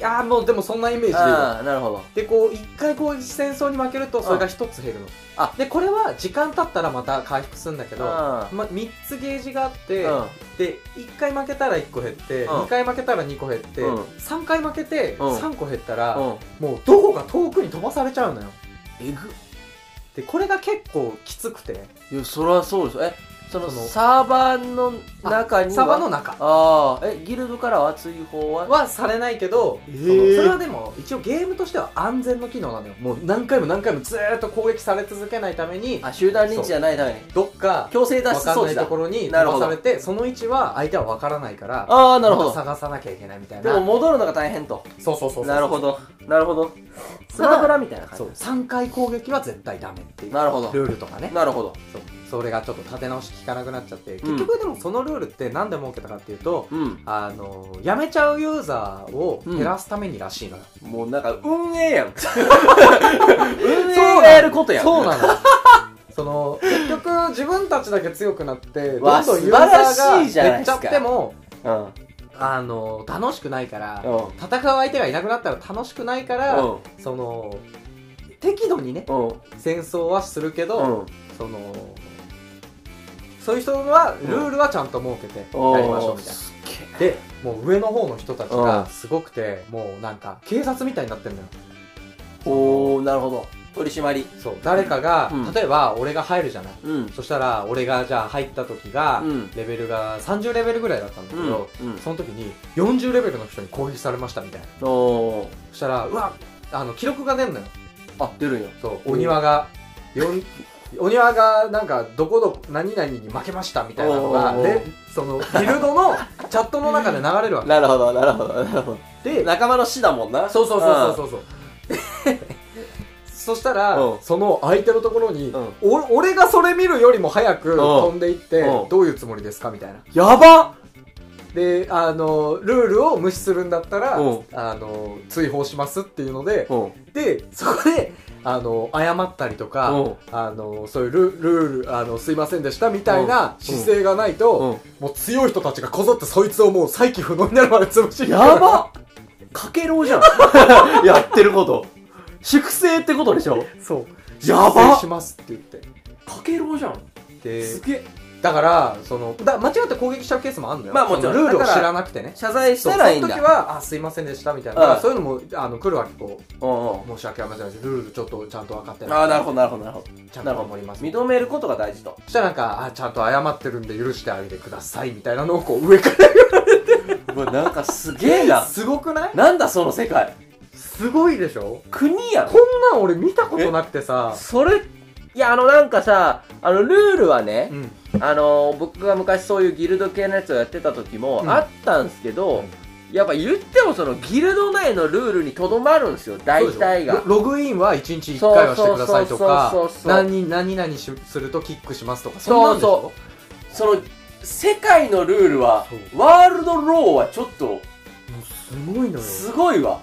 Speaker 1: やーもうでもそんなイメージでいいわ
Speaker 2: ああなるほど
Speaker 1: でこう1回攻撃戦争に負けるとそれが1つ減るの
Speaker 2: あ
Speaker 1: でこれは時間経ったらまた回復するんだけど
Speaker 2: あ
Speaker 1: ま、3つゲージがあって、
Speaker 2: うん
Speaker 1: で1回負けたら1個減って、
Speaker 2: うん
Speaker 1: 2回負けたら2個減って、
Speaker 2: うん
Speaker 1: 3回負けて
Speaker 2: うん
Speaker 1: 3個減ったら、
Speaker 2: うん
Speaker 1: もうどこか遠くに飛ばされちゃうのよ
Speaker 2: えぐ
Speaker 1: でこれが結構きつくて
Speaker 2: いやそりゃそうでしょえその
Speaker 1: その
Speaker 2: サーバーの中には
Speaker 1: サバの中
Speaker 2: ああえギルドからは追放は
Speaker 1: はされないけど、
Speaker 2: え
Speaker 1: その
Speaker 2: ー
Speaker 1: それはでも一応ゲームとしては安全の機能なのよもう何回も何回もずーっと攻撃され続けないために
Speaker 2: あ集団認知じゃないために
Speaker 1: どっか
Speaker 2: 強制脱
Speaker 1: 分
Speaker 2: 出
Speaker 1: か
Speaker 2: 装
Speaker 1: んな
Speaker 2: 置
Speaker 1: い
Speaker 2: だ
Speaker 1: ところに飛
Speaker 2: なるほ
Speaker 1: ばさ
Speaker 2: ど
Speaker 1: れてその位置は相手は分からないから
Speaker 2: ああなるほ
Speaker 1: また
Speaker 2: ど
Speaker 1: 探さなきゃいけないみたい
Speaker 2: で
Speaker 1: な
Speaker 2: も戻るのが大変と
Speaker 1: そうそうそうそう
Speaker 2: なるほどなるほど
Speaker 1: そ
Speaker 2: ス
Speaker 1: れは
Speaker 2: マブラみたいな感じ
Speaker 1: そう3回攻撃は絶対ダメっていう
Speaker 2: なるほど
Speaker 1: ルールとかね
Speaker 2: なるほど
Speaker 1: そうそれがちょっと立て直し効かなくなっちゃって結局でもそのルールって何で設けたかっていうと、
Speaker 2: うん
Speaker 1: あのやめちゃうユーザーを減らすためにらしいのよ、
Speaker 2: もうなんか運営やん
Speaker 1: そう
Speaker 2: 運営
Speaker 1: なの
Speaker 2: がやることやん
Speaker 1: そうなのその結局自分たちだけ強くなってどん
Speaker 2: わ
Speaker 1: どんユーザ
Speaker 2: 素晴らし
Speaker 1: ー
Speaker 2: いじ
Speaker 1: が
Speaker 2: ゃな
Speaker 1: 減っ
Speaker 2: いです
Speaker 1: ちゃ
Speaker 2: か
Speaker 1: っても
Speaker 2: うんうん
Speaker 1: あの楽しくないから、戦う相手がいなくなったら楽しくないから、その適度にね
Speaker 2: うん
Speaker 1: 戦争はするけど、
Speaker 2: うん
Speaker 1: そのそういう人はルールはちゃんと設けてやりましょうみたいな、
Speaker 2: すっげ
Speaker 1: でもう上の方の人たち
Speaker 2: うん
Speaker 1: がすごくて、もうなんか警察みたいになってるのよ
Speaker 2: えおおなるほど取り締まり
Speaker 1: そう誰かが、
Speaker 2: うん
Speaker 1: 例えば俺が入るじゃない
Speaker 2: うん
Speaker 1: そしたら俺がじゃあ入った時が、
Speaker 2: うん
Speaker 1: レベルが30レベルぐらいだったんだけ
Speaker 2: うん
Speaker 1: ど、その時に40レベルの人に攻撃されましたみたいな
Speaker 2: おお
Speaker 1: そしたらうわあの記録が出るのよ
Speaker 2: あ出るんや
Speaker 1: そうお庭がよんお庭がなんかどこどこ何々に負けましたみたいなのが
Speaker 2: おー
Speaker 1: でそのギルド のチャットの中で流れるわけ
Speaker 2: なるほどなるほどなるほど
Speaker 1: で
Speaker 2: 仲間の死だもんな
Speaker 1: そうそうそうそうそうそうでそしたら、
Speaker 2: うん
Speaker 1: その相手のところに、
Speaker 2: うん
Speaker 1: お俺がそれ見るよりも早く飛んでいって、
Speaker 2: うん
Speaker 1: どういうつもりですかみたいな
Speaker 2: やば
Speaker 1: であのルールを無視するんだったら、
Speaker 2: うん
Speaker 1: あの追放しますっていうので、
Speaker 2: うん。
Speaker 1: でそこであの謝ったりとか、
Speaker 2: うん
Speaker 1: あのそういうルルールあのすいませんでしたみたいな姿勢がないと、
Speaker 2: うん
Speaker 1: もう強い人たちがこぞってそいつをもう再起不能になるまで潰しに行く
Speaker 2: やばかけろうじゃん。 やってること。粛清ってことでしょ
Speaker 1: そう
Speaker 2: やば
Speaker 1: 失礼しますって言って
Speaker 2: かけろうじゃん。
Speaker 1: です
Speaker 2: げえ。
Speaker 1: だからそのだ間違って攻撃しちゃうケースもあるのよ
Speaker 2: まあもちろん
Speaker 1: そのルールを
Speaker 2: だから
Speaker 1: 知らなくてね
Speaker 2: 謝罪したらいいん
Speaker 1: そう
Speaker 2: だ。
Speaker 1: その時は「あすいませんでした」みたいな、
Speaker 2: う
Speaker 1: だ
Speaker 2: ん
Speaker 1: からそういうのもあの来るわけこう
Speaker 2: うんうん。
Speaker 1: 申し訳ありませんでしたルールちょっとちゃんと分かって
Speaker 2: あ
Speaker 1: な
Speaker 2: あ、
Speaker 1: い
Speaker 2: なるほど、なるほど、なるほど。
Speaker 1: ちゃんと守ります
Speaker 2: 認めることが大事と。
Speaker 1: そしたらなんかあちゃんと謝ってるんで許してあげてくださいみたいなのをこう上か
Speaker 2: うわ、なんかすげえな
Speaker 1: ら。すごくない
Speaker 2: なんだその世界。
Speaker 1: すごいでしょ
Speaker 2: 国やん
Speaker 1: こ。んなん俺見たことなくてさ
Speaker 2: それ、いや、あのなんかさ、あのルールはね、
Speaker 1: うん
Speaker 2: あの僕が昔そういうギルド系のやつをやってた時も
Speaker 1: うん
Speaker 2: あったんですけど、やっぱ言ってもそのギルド内のルールにとどまるんですよ、大体が
Speaker 1: そうでしょ。ロログインは1日1回はしてくださいとか
Speaker 2: そうそうそうそう
Speaker 1: 何人何々しするとキックしますとかそんなんで
Speaker 2: そう
Speaker 1: しょ
Speaker 2: そう。その、世界のルールは
Speaker 1: そ、
Speaker 2: ワールドローはちょっと、
Speaker 1: もうすごいのよ
Speaker 2: すごいわ。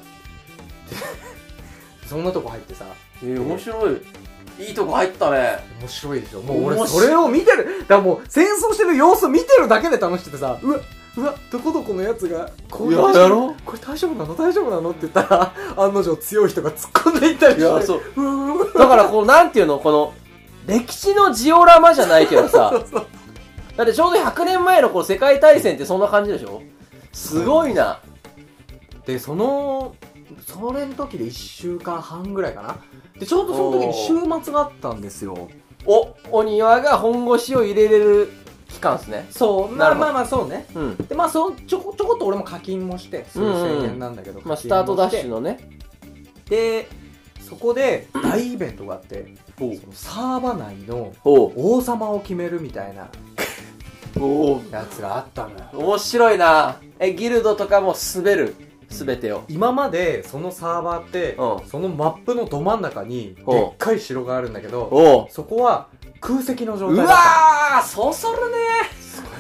Speaker 1: そんなとこ入ってさ
Speaker 2: えー、面白い。いいとこ入ったね。
Speaker 1: 面白いでしょもう俺
Speaker 2: 面
Speaker 1: そ
Speaker 2: 白い
Speaker 1: れを見てるだからもう戦争してる様子見てるだけで楽しくてさうわうわどこどこのやつがこういう
Speaker 2: いや
Speaker 1: こと
Speaker 2: やろ
Speaker 1: これ大丈夫なの大丈夫なのって言ったら案の定強い人が突っ込んでいったりして
Speaker 2: いや、そう。
Speaker 1: うわうわうわ
Speaker 2: だからこう、なんていうの、この、歴史のジオラマじゃないけどさ、だってちょうど100年前のこう世界大戦ってそんな感じでしょすごいな。
Speaker 1: でそのそれの時で1週間半ぐらいかなでちょうどその時に週末があったんですよ
Speaker 2: お、お庭が本腰を入れれる期間ですね。
Speaker 1: そうま
Speaker 2: な
Speaker 1: あ
Speaker 2: るほど
Speaker 1: まあまあそうね
Speaker 2: うん。
Speaker 1: でまあそのちょこちょこっと俺も課金もして数千円なんだけど、
Speaker 2: ま
Speaker 1: 課
Speaker 2: あ、ス
Speaker 1: 金も
Speaker 2: タ
Speaker 1: して
Speaker 2: ートダッシュのね。
Speaker 1: でそこで大イベントがあって
Speaker 2: お
Speaker 1: そのサーバ内の
Speaker 2: おう
Speaker 1: 王様を決めるみたいな
Speaker 2: おう
Speaker 1: やつがあったのよ
Speaker 2: 面白いな。え、ギルドとかも滑る。すべてを。
Speaker 1: 今までそのサーバーって、
Speaker 2: うん
Speaker 1: そのマップのど真ん中に
Speaker 2: うん
Speaker 1: でっかい城があるんだけど、
Speaker 2: おう
Speaker 1: そこは空席の状
Speaker 2: う
Speaker 1: 態だった
Speaker 2: わーそそる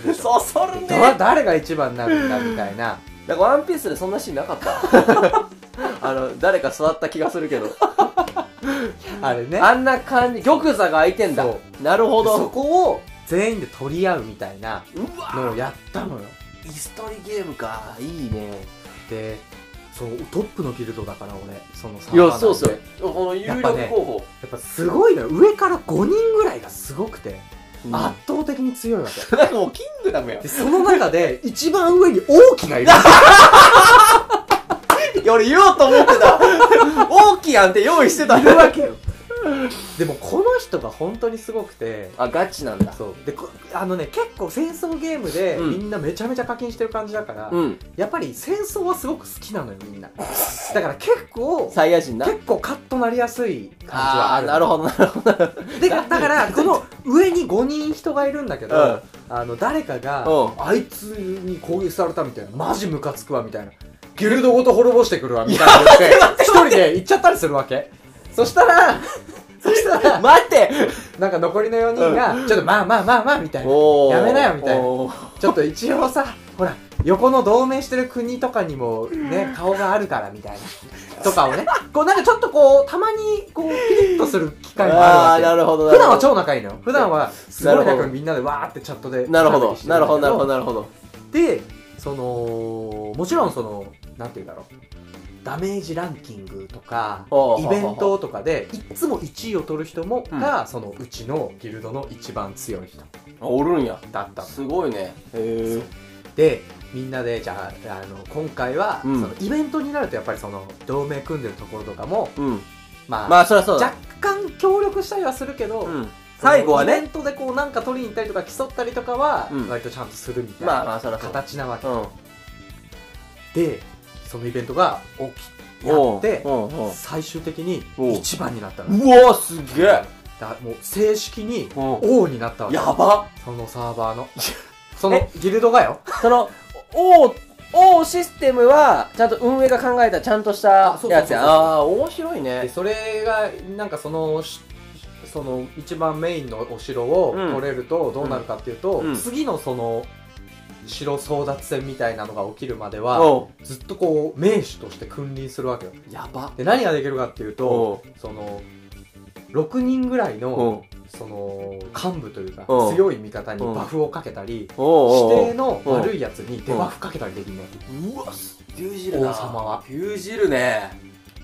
Speaker 2: ねそそるね
Speaker 1: だ誰が一番になるんだみたいな
Speaker 2: なんかワンピースでそんなシーンなかった あの、誰か座った気がするけど。
Speaker 1: あれね
Speaker 2: あんな感じ、玉座が空いてんだ
Speaker 1: そ。
Speaker 2: なるほ
Speaker 1: でそ
Speaker 2: ど。
Speaker 1: こを全員で取り合うみたいな
Speaker 2: うわ
Speaker 1: のをやったのよ
Speaker 2: イストリゲームか。いいね。
Speaker 1: でそうトップのギルドだから俺そのサ
Speaker 2: い
Speaker 1: ーバー
Speaker 2: や、そうっす
Speaker 1: なん
Speaker 2: よ
Speaker 1: で。
Speaker 2: この有
Speaker 1: やっ
Speaker 2: 力
Speaker 1: ぱ
Speaker 2: 候
Speaker 1: ね
Speaker 2: 補。
Speaker 1: やっぱすごいのよ上から5人ぐらいがすごくて、
Speaker 2: あ
Speaker 1: 圧倒的に強いわけ
Speaker 2: なんかもうキングダム や
Speaker 1: でその中で一番上に王毅がいるそ
Speaker 2: ん。俺言おうと思って た。大きいやんって用意してた。
Speaker 1: ういるわけ よでもこの人が本当にすごくて
Speaker 2: あ、ガチなんだ。
Speaker 1: そうでこあのね結構戦争ゲームで
Speaker 2: うん
Speaker 1: みんなめちゃめちゃ課金してる感じだから、
Speaker 2: うん。
Speaker 1: やっぱり戦争はすごく好きなのよみん なだから結構
Speaker 2: サイヤ人な。
Speaker 1: 結構カッとなりやすい感じはあ
Speaker 2: ああー、
Speaker 1: る
Speaker 2: なるほど、なるほど。
Speaker 1: でだからこの上に5人人がいるんだけど、
Speaker 2: うん
Speaker 1: あの誰かが、
Speaker 2: う
Speaker 1: あいつに攻撃されたみたいなマジムカつくわみたいなギルドごと滅ぼしてくるわみたいなのって一人で行っちゃったりするわけそしたらそしたら
Speaker 2: 待って
Speaker 1: なんか残りの4人が、ちょっとまあまあまあまあみたいな
Speaker 2: おー
Speaker 1: やめなよみたいな
Speaker 2: おー
Speaker 1: ちょっと一応さほら横の同盟してる国とかにもね顔があるからみたいなとかをねこうなんかちょっとこうたまにこうピリッとする機会もあ
Speaker 2: ああ、
Speaker 1: るわけ
Speaker 2: なるほど。
Speaker 1: 普段は
Speaker 2: ょ
Speaker 1: 超仲いいのよ普段はすごい
Speaker 2: なる
Speaker 1: 仲
Speaker 2: ほ
Speaker 1: 良
Speaker 2: ど
Speaker 1: くみんなでわーってチャットで
Speaker 2: なるほど。なるほど、なるほど、
Speaker 1: ど
Speaker 2: なるほど。
Speaker 1: でそのもちろんそのなんて言うんだろうダメージランキングとか
Speaker 2: ほう
Speaker 1: イ
Speaker 2: ほうほう
Speaker 1: ベントとかでいっつも1位を取る人も
Speaker 2: うん
Speaker 1: が、そのうちのギルドの一番強い人
Speaker 2: あおるんや。
Speaker 1: だったの
Speaker 2: すごいね。へ
Speaker 1: でみんなでじゃああの今回は、
Speaker 2: うん
Speaker 1: そのイベントになるとやっぱりその同盟組んでるところとかも、
Speaker 2: え。うん。
Speaker 1: まあ
Speaker 2: まあ、そりゃそうだ
Speaker 1: 若。干協力したりはするけど、
Speaker 2: うん。最後は
Speaker 1: イベ
Speaker 2: ね。
Speaker 1: ントでこうなんか取りに行ったりとか競ったりとかは
Speaker 2: うん
Speaker 1: 割とちゃんとするみたい
Speaker 2: まあ
Speaker 1: な
Speaker 2: まあ、そりゃそうだ。
Speaker 1: 形なわけ
Speaker 2: うん。
Speaker 1: でそのイベントが起きや
Speaker 2: お
Speaker 1: っ
Speaker 2: う
Speaker 1: て
Speaker 2: おうおう
Speaker 1: 最終的に
Speaker 2: おう
Speaker 1: 一番になったの
Speaker 2: うわすげえ
Speaker 1: だからもう正式に
Speaker 2: お
Speaker 1: 王になったわけ
Speaker 2: やば
Speaker 1: そのサーバーのそのギルドがよ
Speaker 2: その王おーシステムは、ちゃんと運営が考えたちゃんとした
Speaker 1: あそうそうそうそう
Speaker 2: やつや。ああー、面白い
Speaker 1: で
Speaker 2: ね。
Speaker 1: それがなんかそのしその一番メインのお城を
Speaker 2: うん
Speaker 1: 取れるとどうなるかっていうと、
Speaker 2: うん
Speaker 1: 次のその城争奪戦みたいなのが起きるまでは
Speaker 2: おう
Speaker 1: ずっとこう名手として君臨するわけよ
Speaker 2: やば。
Speaker 1: で何ができるかっていうと
Speaker 2: おう
Speaker 1: その6人ぐらい
Speaker 2: お
Speaker 1: の
Speaker 2: う
Speaker 1: その幹部というか
Speaker 2: うん
Speaker 1: 強い味方にバフをかけたり
Speaker 2: おう
Speaker 1: 指
Speaker 2: お
Speaker 1: 定
Speaker 2: う
Speaker 1: の悪いやつにデバフかけたりできるのよ
Speaker 2: うわ、牛汁だ。
Speaker 1: 王様は
Speaker 2: 牛汁ね。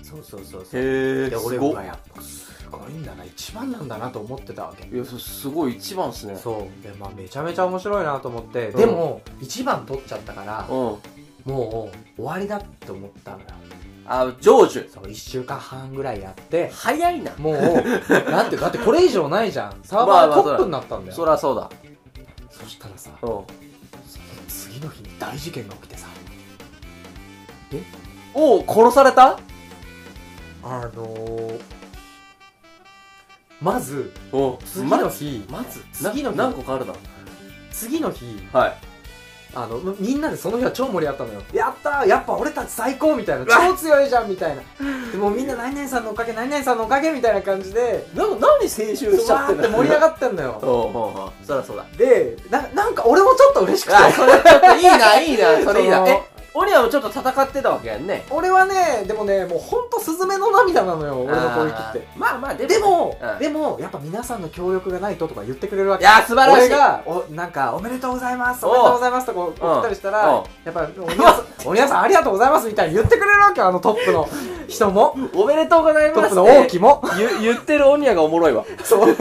Speaker 1: そうそうそうそう
Speaker 2: へえ。
Speaker 1: です俺
Speaker 2: ご
Speaker 1: はやっぱすごいんだな一番なんだなと思ってたわけ
Speaker 2: いや、そすごい一番っすね。
Speaker 1: そうでまあめちゃめちゃ面白いなと思って、
Speaker 2: うん
Speaker 1: でも1番取っちゃったから
Speaker 2: うん。
Speaker 1: もう終わりだって思ったのよ
Speaker 2: あ、成就。
Speaker 1: そう1週間半ぐらいやって
Speaker 2: 早いな。
Speaker 1: もう なんてだってこれ以上ないじゃんサー
Speaker 2: まあ
Speaker 1: バ
Speaker 2: ま
Speaker 1: ー
Speaker 2: あ
Speaker 1: トップになったんだよ、
Speaker 2: そらそうだ。
Speaker 1: そしたらさ
Speaker 2: お
Speaker 1: 次の日に大事件が起きてさ
Speaker 2: おう殺された
Speaker 1: あのー、まず
Speaker 2: お
Speaker 1: 次の日
Speaker 2: まず、
Speaker 1: 次の日
Speaker 2: な何個かあるな。
Speaker 1: 次の日
Speaker 2: はい。
Speaker 1: あのむみんなでその日は超盛り上がったのよやったーやっぱ俺たち最高みたいな超強いじゃんみたいなでもうみんな何々さんのおかげ何々さんのおかげみたいな感じで
Speaker 2: な、何青春しち
Speaker 1: わ
Speaker 2: ゃって
Speaker 1: ーって盛り上
Speaker 2: っ
Speaker 1: がってんのよ
Speaker 2: おうおうおうそらそうだ。
Speaker 1: でななんか俺もちょっと嬉しくて
Speaker 2: あ、それちょっといいな、いいな、それいい
Speaker 1: そ
Speaker 2: な。
Speaker 1: の
Speaker 2: え、オリアもちょっと戦ってたわけやんね。
Speaker 1: 俺はねでもねもうほんとスズメの涙なのよ俺の恋
Speaker 2: あ
Speaker 1: 人って
Speaker 2: ー。まあまあ、で
Speaker 1: でも、
Speaker 2: うん
Speaker 1: でもやっぱ皆さんの協力がないととか言ってくれるわ
Speaker 2: い
Speaker 1: け
Speaker 2: やー、素晴らしい。
Speaker 1: 俺がおなんか「おめでとうございますおめでとうございます」とか送ったりした
Speaker 2: うん
Speaker 1: らやっぱおにわさん「おにわさんありがとうございます」みたいに言ってくれるわけよあのトップの人も
Speaker 2: おめでとうござい
Speaker 1: トッ
Speaker 2: ますって
Speaker 1: プの大き も
Speaker 2: ゆ言ってるオニアがおもろいわ。
Speaker 1: そう俺も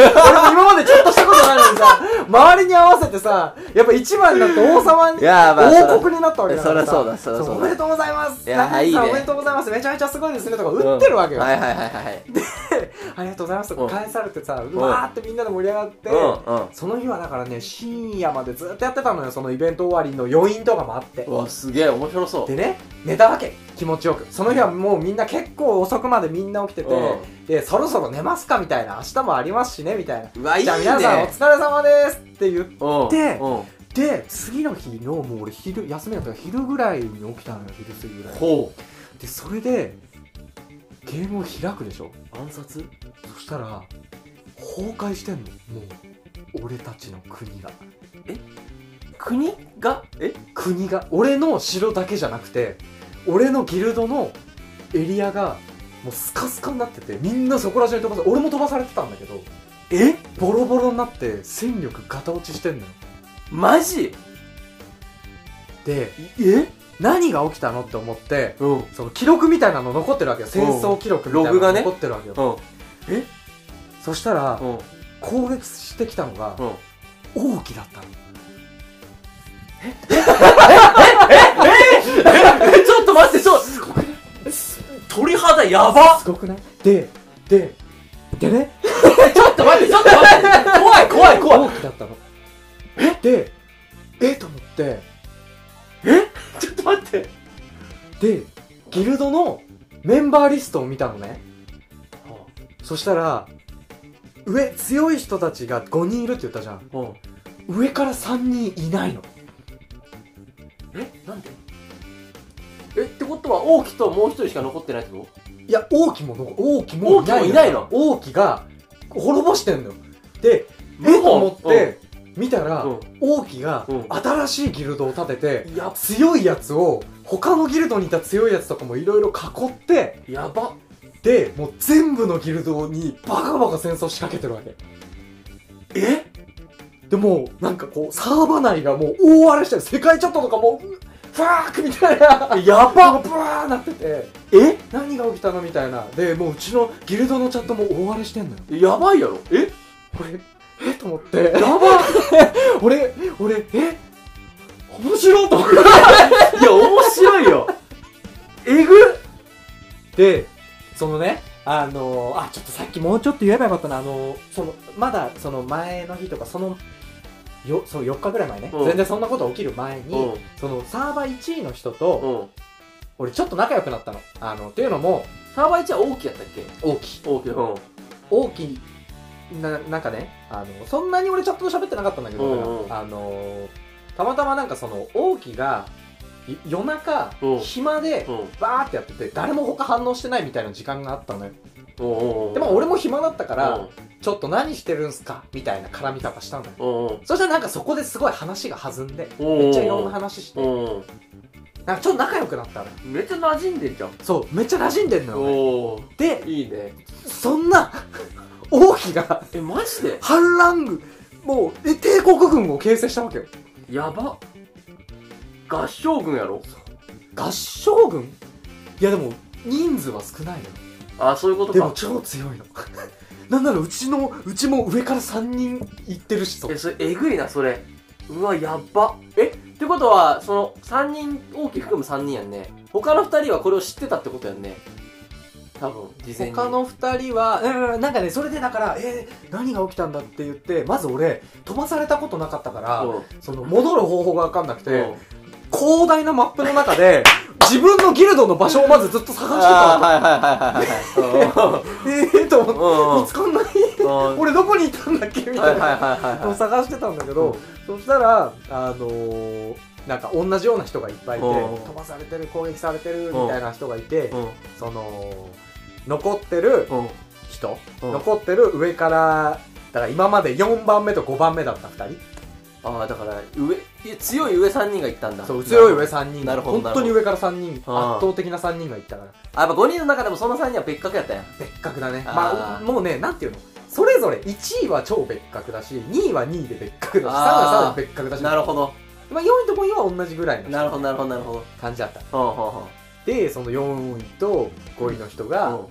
Speaker 1: 今までちょっとしたことないのにさ周りに合わせてさやっぱ一番になって王様に
Speaker 2: やーまあそら
Speaker 1: 王国になったわけだからさ
Speaker 2: そらそうだそらそうだ
Speaker 1: おめでとうございます
Speaker 2: いやー
Speaker 1: 中西さん
Speaker 2: いいね
Speaker 1: おめでとうございますめちゃめちゃすごいですねとか打ってるわけよ、
Speaker 2: はいはいはいはい。
Speaker 1: ありがとうございますとか返されてさ
Speaker 2: ん
Speaker 1: うわーってみんなで盛り上がって、
Speaker 2: う
Speaker 1: その日はだからね深夜までずっとやってたのよそのイベント終わりの余韻とかもあって
Speaker 2: んうん。うわ、すげえ面白そう。
Speaker 1: でね寝たわけ気持ちよくその日はもうみんな結構遅くまでみんな起きてて、
Speaker 2: う
Speaker 1: でそろそろ寝ますかみたいな明日もありますしねみたいな
Speaker 2: うわ、いい
Speaker 1: じ
Speaker 2: ね
Speaker 1: ゃあ。皆さんお疲れ様ですって言っ
Speaker 2: うん
Speaker 1: で
Speaker 2: うんほ。
Speaker 1: て次の日のもう俺昼休みだったから昼ぐらいに起きたのよ昼過ぎぐらいうでそれでゲームを開くでしょ
Speaker 2: 暗殺
Speaker 1: そしたら崩壊してんのもう俺たちの国が
Speaker 2: 国がえ
Speaker 1: 国が俺の城だけじゃなくて俺のギルドのエリアがもうスカスカになっててみんなそこら中に飛ばされ俺も飛ばされてたんだけど
Speaker 2: え
Speaker 1: ボロボロになって戦力ガタ落ちしてんのよ
Speaker 2: マジ
Speaker 1: で
Speaker 2: え
Speaker 1: 何が起きたのって思って
Speaker 2: うん。うん。
Speaker 1: その記録みたいなの残ってるわけよ戦争記録みたいな
Speaker 2: ログ
Speaker 1: の
Speaker 2: がね
Speaker 1: 残ってるわけよ、そしたら
Speaker 2: うん。
Speaker 1: 攻撃してきたのが
Speaker 2: うん。
Speaker 1: 王毅だったの
Speaker 2: え、ちょっと待って、そう。鳥肌やば
Speaker 1: すごくないでででね
Speaker 2: ちょっと待って、ちょっと待って。怖い、怖い、怖い。
Speaker 1: 王毅だったのえでえと思って
Speaker 2: ちょっと待って。
Speaker 1: でギルドのメンバーリストを見たのねそしたら上強い人たちが5人いるって言ったじゃん
Speaker 2: うん。
Speaker 1: 上から3人いないの
Speaker 2: えなんでえ、ってことは、王毅ともう一人しか残ってないってこ
Speaker 1: いや王毅もの王毅もいない
Speaker 2: 王毅もいないの
Speaker 1: 王毅が滅ぼしてんのよで
Speaker 2: と
Speaker 1: えと思って見たら、
Speaker 2: うん
Speaker 1: 王毅が
Speaker 2: うん
Speaker 1: 新しいギルドを立てて、
Speaker 2: うんや、
Speaker 1: 強いやつを他のギルドにいた強いやつとかもいろいろ囲って
Speaker 2: やば。
Speaker 1: でもう全部のギルドにバカバカ戦争仕掛けてるわけ
Speaker 2: え
Speaker 1: でもうなんかこうサーバ内がもう大荒れしてる世界チャットとかもううファークみたいなやばブワーなってて
Speaker 2: え
Speaker 1: 何が起きたのみたいなでもううちのギルドのチャットも大荒れしてんのよ
Speaker 2: やばいやろえ
Speaker 1: 俺えと思って
Speaker 2: やば
Speaker 1: 俺俺え面白いと思って
Speaker 2: いや、面白いよえぐ
Speaker 1: でそのねあのーあちょっとさっきもうちょっと言えばよかったなあのーそのまだその前の日とかそのよその4日ぐらい前ね、
Speaker 2: うん
Speaker 1: 全然そんなこと起きる前に、
Speaker 2: うん。
Speaker 1: そのサーバー1位の人と、
Speaker 2: うん。
Speaker 1: 俺ちょっと仲良くなったの。あの、っていうのも、
Speaker 2: サーバー1は王毅やったっけ
Speaker 1: 大きい。
Speaker 2: 王毅。うん。
Speaker 1: 大きい。な、なんかね、あの、そんなに俺チャットで喋ってなかったんだけど、
Speaker 2: うんうん
Speaker 1: あの、たまたまなんかその、大きが、い夜中
Speaker 2: うん
Speaker 1: 暇で
Speaker 2: うん
Speaker 1: バーってやってて誰も他反応してないみたいな時間があったのよ
Speaker 2: うんうんうん
Speaker 1: でも俺も暇だったか
Speaker 2: うん
Speaker 1: らちょっと何してるんすかみたいな絡み方したのよ
Speaker 2: うんうん
Speaker 1: そしたらなんかそこですごい話が弾んで
Speaker 2: うん
Speaker 1: めっちゃいろんな話して
Speaker 2: うんうん
Speaker 1: なんかちょっと仲良くなったのよ
Speaker 2: めっちゃ馴染んでんじゃん
Speaker 1: そうめっちゃ馴染んでんのよね
Speaker 2: おお
Speaker 1: で
Speaker 2: いいね
Speaker 1: そんな 王妃が
Speaker 2: えマジで
Speaker 1: 反乱軍もうえ帝国軍を形成したわけよ
Speaker 2: やば合唱軍やろ
Speaker 1: 合唱軍いやでも人数は少ないのよ
Speaker 2: あそういうことか
Speaker 1: でも超強いの なんならうちのうちも上から3人行ってるしそう
Speaker 2: えそれえぐいなそれうわやっばえってことはその3人大きく含む3人やんね他の2人はこれを知ってたってことやんね多分事前に
Speaker 1: 他の2人はうんうんなんかねそれでだからえー何が起きたんだって言ってまず俺飛ばされたことなかったから、
Speaker 2: うん
Speaker 1: その戻る方法が分かんなくて、
Speaker 2: うん
Speaker 1: 広大なマップの中で 自分のギルドの場所をまずずっと探してたわ
Speaker 2: はいはいはいはい
Speaker 1: けえーと思って 見つかんない
Speaker 2: うん
Speaker 1: 俺どこにいたんだっけみたいな、
Speaker 2: はいはいはいはい
Speaker 1: を探してたんだけど、そしたら、あのーなんか同じような人がいっぱいいて、
Speaker 2: うん
Speaker 1: 飛ばされてる、攻撃されてるみたいな人がいて、
Speaker 2: うん
Speaker 1: その、残ってる
Speaker 2: うん
Speaker 1: 人、
Speaker 2: うん
Speaker 1: 残ってる上から、だから今まで4番目と5番目だった2
Speaker 2: ああだから上いや強い上3人が行ったんだ
Speaker 1: 人、そう強い上
Speaker 2: あ
Speaker 1: 3人
Speaker 2: なるほど
Speaker 1: 本当に上から3人、圧
Speaker 2: あー
Speaker 1: 倒的な3人がいったから、
Speaker 2: やっぱ5人の中でもその3人は別格やったんや
Speaker 1: 別格だね。
Speaker 2: あー
Speaker 1: まあ、もうね、なんていうのそれぞれ1位は超別格だし、2位は2位で別格だし、3位は3
Speaker 2: あー
Speaker 1: 位で別格だし、
Speaker 2: なるほど
Speaker 1: まあ4位と5位は同じぐらい
Speaker 2: なる
Speaker 1: の
Speaker 2: ほどなるほどなるほど
Speaker 1: 感じだった。
Speaker 2: ほうほうほ
Speaker 1: でその4位と5位の人が、ま
Speaker 2: う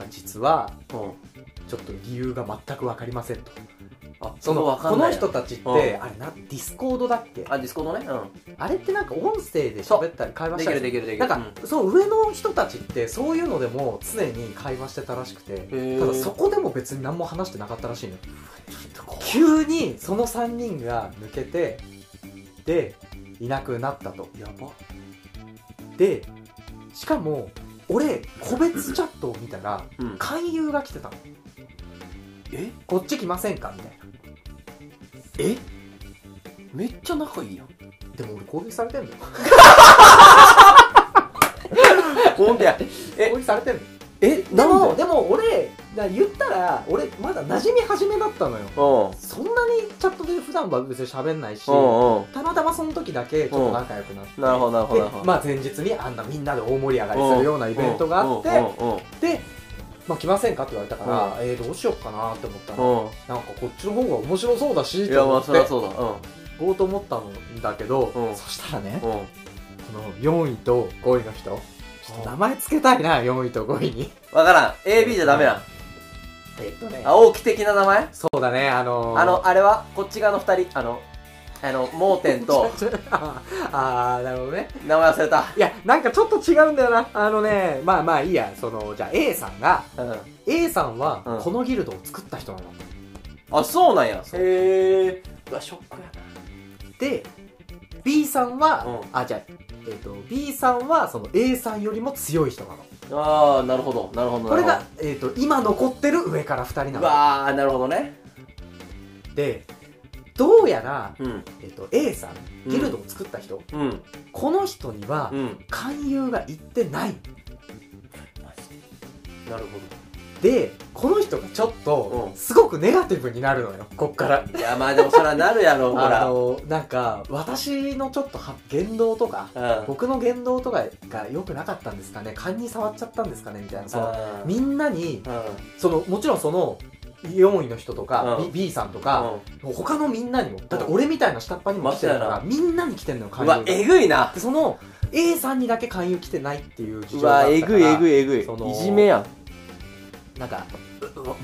Speaker 1: あ実は
Speaker 2: うんうん
Speaker 1: ちょっと理由が全く分かりませんと
Speaker 2: あ
Speaker 1: その
Speaker 2: わか
Speaker 1: こ
Speaker 2: んな
Speaker 1: の
Speaker 2: いや
Speaker 1: 人たちって、
Speaker 2: う
Speaker 1: あ
Speaker 2: ん
Speaker 1: れなディスコードだっけあ
Speaker 2: あディスコードねう
Speaker 1: れってなんか音声で喋ったり会
Speaker 2: ん
Speaker 1: 話し
Speaker 2: でき
Speaker 1: た
Speaker 2: る
Speaker 1: り
Speaker 2: できるできる
Speaker 1: なんか、
Speaker 2: うん
Speaker 1: そう上の人たちってそういうのでも常に会話してたらしくて
Speaker 2: ー
Speaker 1: ただそこでも別に何も話してなかったら しいのよ
Speaker 2: き
Speaker 1: 急にその3人が抜けてでいなくなったと
Speaker 2: やば
Speaker 1: でしかも俺個別チャットを見たら
Speaker 2: うん
Speaker 1: 勧誘が来てたの
Speaker 2: え
Speaker 1: こっち来ませんかみたいな
Speaker 2: えめっちゃ仲いいやん
Speaker 1: でも俺攻撃されてんだよ
Speaker 2: ほんとやえ
Speaker 1: 攻撃されてんだよ
Speaker 2: え
Speaker 1: でもでも俺だから言ったら俺まだ馴染み始めだったのよ
Speaker 2: うん
Speaker 1: そんなにチャットで普段は別に喋んないし
Speaker 2: うんう
Speaker 1: たまたまその時だけちょっと仲良くなって
Speaker 2: んなるほどなるほどなるほ
Speaker 1: で
Speaker 2: ど
Speaker 1: まあ前日にあんなみんなで大盛り上がりするようなイベントがあって
Speaker 2: うんうんうん
Speaker 1: でまあ来ませんかって言われたから、えー、どうしようかなって思ったの、
Speaker 2: うん
Speaker 1: なんかこっちの方が面白そうだし
Speaker 2: い
Speaker 1: と
Speaker 2: やま
Speaker 1: 思っ
Speaker 2: あ
Speaker 1: て
Speaker 2: そりゃそうだうん
Speaker 1: 行こうと思ったんだけど、
Speaker 2: うん
Speaker 1: そしたらね、
Speaker 2: うん
Speaker 1: この4位と5位の人ちょっと名前つけたいな4位と5位に
Speaker 2: わからん AB じゃダメなん
Speaker 1: えっとね
Speaker 2: 青木的な名前
Speaker 1: そうだねあのー、
Speaker 2: あのあれはこっち側の2人あのあの盲点と
Speaker 1: あ あーなるほどね
Speaker 2: 名前忘れた
Speaker 1: いやなんかちょっと違うんだよなあのねまあまあいいやそのじゃあ A さんが
Speaker 2: うん
Speaker 1: A さんは
Speaker 2: うん
Speaker 1: このギルドを作った人なの、
Speaker 2: あそうなんや
Speaker 1: そう
Speaker 2: へえうわショックや
Speaker 1: で B さんは、
Speaker 2: うん
Speaker 1: あじゃあえっ、と B さんはその A さんよりも強い人なの
Speaker 2: なああなるほどなるほどな
Speaker 1: これ
Speaker 2: るほど
Speaker 1: が、えっと今残ってる上から2人な
Speaker 2: う
Speaker 1: の
Speaker 2: わあなるほどね
Speaker 1: でどうやら、
Speaker 2: うん
Speaker 1: えっと A さんギルドを作った人、
Speaker 2: うん
Speaker 1: この人には
Speaker 2: うん
Speaker 1: 勧誘が行ってない
Speaker 2: なるほ
Speaker 1: でこの人がちょっと
Speaker 2: うん
Speaker 1: すごくネガティブになるのよこっから
Speaker 2: どいやまあでもそらなるやろほ
Speaker 1: あ
Speaker 2: ら
Speaker 1: のなんか私のちょっとは言動とか
Speaker 2: うん
Speaker 1: 僕の言動とかが良くなかったんですかね勘に触っちゃったんですかねみたいなその
Speaker 2: あー
Speaker 1: みんなに
Speaker 2: うん
Speaker 1: そのもちろんその4位の人とか、
Speaker 2: うん
Speaker 1: B, B さんとか、もう他のみんなにもだって俺みたいな下っ端にも来てるか
Speaker 2: まあ
Speaker 1: らみんなに来てんのよ
Speaker 2: う
Speaker 1: 勧
Speaker 2: ん
Speaker 1: 誘
Speaker 2: うわえ
Speaker 1: が
Speaker 2: ぐいな
Speaker 1: でその A さんにだけ勧誘来てないっていう事
Speaker 2: う
Speaker 1: 情があ
Speaker 2: わ
Speaker 1: った
Speaker 2: え
Speaker 1: から
Speaker 2: ぐいえぐいえぐい
Speaker 1: その
Speaker 2: いじめやん
Speaker 1: なんかううもう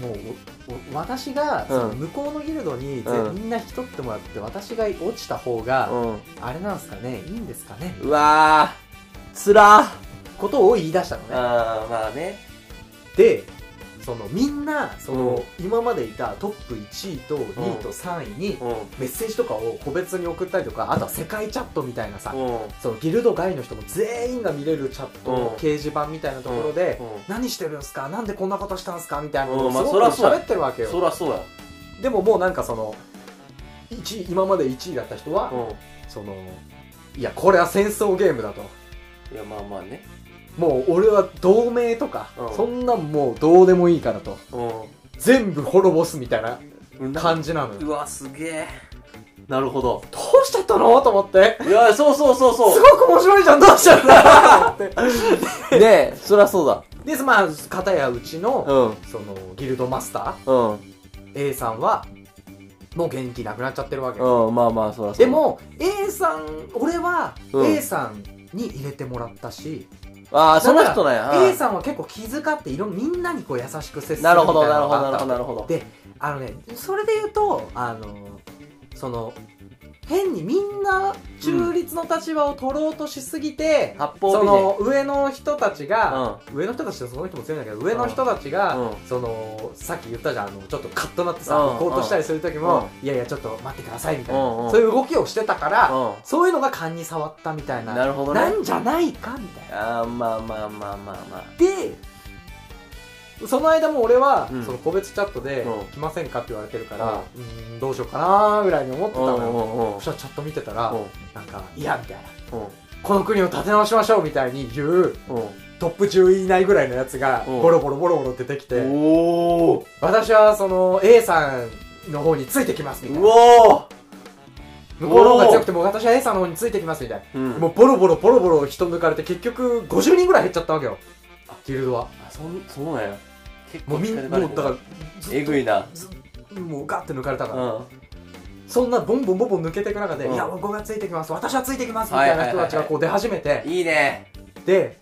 Speaker 1: おお私が
Speaker 2: ん
Speaker 1: その向こうのギルドにぜ
Speaker 2: うん
Speaker 1: みんな引き取ってもらって私が落ちた方が
Speaker 2: うん
Speaker 1: あれなんですかねいいんですかね
Speaker 2: うわーつらー
Speaker 1: ことを言い出したのね
Speaker 2: あーまあね
Speaker 1: でそのみんなその今までいたトップ1位と2位と3位に
Speaker 2: うん
Speaker 1: メッセージとかを個別に送ったりとかあとは世界チャットみたいなさ
Speaker 2: うんうん
Speaker 1: そのギルド外の人も全員が見れるチャット
Speaker 2: うん
Speaker 1: の掲示板みたいなところで何してるんすかなんでこんなことしたんすかみたいなこと
Speaker 2: う
Speaker 1: を
Speaker 2: ん
Speaker 1: す
Speaker 2: まあ
Speaker 1: ごく
Speaker 2: そらそうや
Speaker 1: 喋ってるわけよ
Speaker 2: そらそうや
Speaker 1: でももうなんかその1位今まで1位だった人は、
Speaker 2: うん
Speaker 1: そのいやこれは戦争ゲームだと
Speaker 2: いやまあまあね
Speaker 1: もう俺は同盟とか、
Speaker 2: うん
Speaker 1: そんなんもうどうでもいいからと
Speaker 2: う
Speaker 1: 全部滅ぼすみたいなん感じなのよど
Speaker 2: うわすげえなるほど
Speaker 1: うしちゃったのと思って
Speaker 2: いやそうそうそう
Speaker 1: す
Speaker 2: そ
Speaker 1: ごく面白いじゃんどうしちゃったのと思っ
Speaker 2: うねえそりゃそうだ
Speaker 1: て でまあ片やうちの、
Speaker 2: うん
Speaker 1: そのギルドマスタ
Speaker 2: うん
Speaker 1: ー A さんはもう元気なくなっちゃってるわけ、
Speaker 2: うんまあまあそりゃそう
Speaker 1: でも A さん俺は
Speaker 2: うん
Speaker 1: A さんに入れてもらったし、
Speaker 2: ああ
Speaker 1: だ
Speaker 2: そ
Speaker 1: から
Speaker 2: の人なんや
Speaker 1: A さんは結構気遣っていろみんなにこう優しく接するみた
Speaker 2: ないる
Speaker 1: な
Speaker 2: ほ
Speaker 1: の
Speaker 2: どなるほ
Speaker 1: が
Speaker 2: どな
Speaker 1: あっ
Speaker 2: るほ
Speaker 1: た
Speaker 2: どなるほど
Speaker 1: であのねそれで言うとあのその変にみんな中立の立場を取ろうとしすぎて、
Speaker 2: 八
Speaker 1: そ
Speaker 2: 方
Speaker 1: の上の人たち
Speaker 2: 美
Speaker 1: が、
Speaker 2: 人
Speaker 1: 上の人たちとその人も強いんだけど上の人たちが、
Speaker 2: うん
Speaker 1: そのさっき言ったじゃんあのちょっとカッとなってさ、
Speaker 2: うん
Speaker 1: 行こうとしたりする時も、いやいやちょっと待ってくださいみたいな、
Speaker 2: うんうん
Speaker 1: そういう動きをしてたから、
Speaker 2: うんうん
Speaker 1: そういうのが勘に触ったみたいな
Speaker 2: なるほどね
Speaker 1: なんじゃないかみたいな。
Speaker 2: あーまあまあまあまあまあ
Speaker 1: でその間も俺は、
Speaker 2: うん
Speaker 1: その個別チャットで
Speaker 2: うん
Speaker 1: 「来ませんか?」って言われてるから、うーんどうしようかなーぐらいに思ってたのよ、そしたらチャット見てたら、なんか「いや」みたいな
Speaker 2: う
Speaker 1: 「この国を立て直しましょう」みたいに言う
Speaker 2: うんうん
Speaker 1: トップ10位以内ぐらいのやつが
Speaker 2: うん
Speaker 1: ボロボロボロボロ出てきて、
Speaker 2: おお
Speaker 1: 私はその A さんの方についてきますみたいうな
Speaker 2: わ
Speaker 1: 向こうの方が強くても私は A さんの方についてきますみたい
Speaker 2: ー
Speaker 1: なもうボロボロボロボロ人抜かれて結局50人ぐらい減っちゃったわけよギルドは
Speaker 2: あそんそうなんや結構
Speaker 1: もうみん
Speaker 2: 力がある
Speaker 1: もうだからずっと
Speaker 2: えぐいな
Speaker 1: ずもうガッて抜かれた
Speaker 2: う
Speaker 1: から、
Speaker 2: ん
Speaker 1: そんなボンボンボンボン抜けていく中で、
Speaker 2: うん
Speaker 1: いや僕がついてきます私はついてきますみたいな人たちがこう出始めて、
Speaker 2: いいね
Speaker 1: で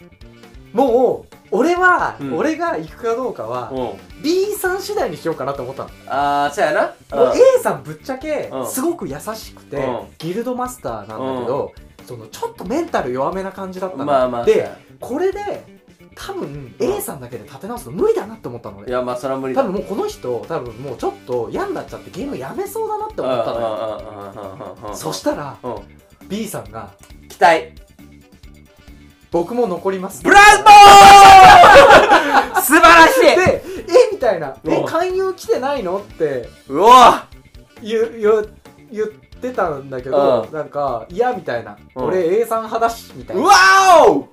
Speaker 1: もう俺は、
Speaker 2: うん
Speaker 1: 俺が行くかどうかは、
Speaker 2: うん
Speaker 1: B さん次第にしようかなと思ったの、
Speaker 2: ああそうやな
Speaker 1: もう
Speaker 2: うん
Speaker 1: A さんぶっちゃけ、
Speaker 2: うん
Speaker 1: すごく優しくて、
Speaker 2: うん
Speaker 1: ギルドマスターなんだけど、そのちょっとメンタル弱めな感じだったの、
Speaker 2: まあまあそう
Speaker 1: で
Speaker 2: や
Speaker 1: これで多分 A さんだけで立て直すの無理だなって思ったの
Speaker 2: い
Speaker 1: ね
Speaker 2: やまあそれは無理
Speaker 1: 多
Speaker 2: だ
Speaker 1: 分もうこの人多分もうちょっと嫌になっちゃってゲームやめそうだなって思ったのよ
Speaker 2: よ
Speaker 1: そしてたら
Speaker 2: うん
Speaker 1: B さんが
Speaker 2: 期待
Speaker 1: 「僕も残ります」
Speaker 2: ブラボー 素晴らしい
Speaker 1: で「えみたいな「
Speaker 2: う
Speaker 1: え
Speaker 2: ん
Speaker 1: 勧誘来てないの?」って
Speaker 2: うわ
Speaker 1: 言う言う言ってたんだけど
Speaker 2: うん
Speaker 1: なんか「嫌」みたいな「
Speaker 2: うん
Speaker 1: 俺 A さん派だし」みたいうな
Speaker 2: わお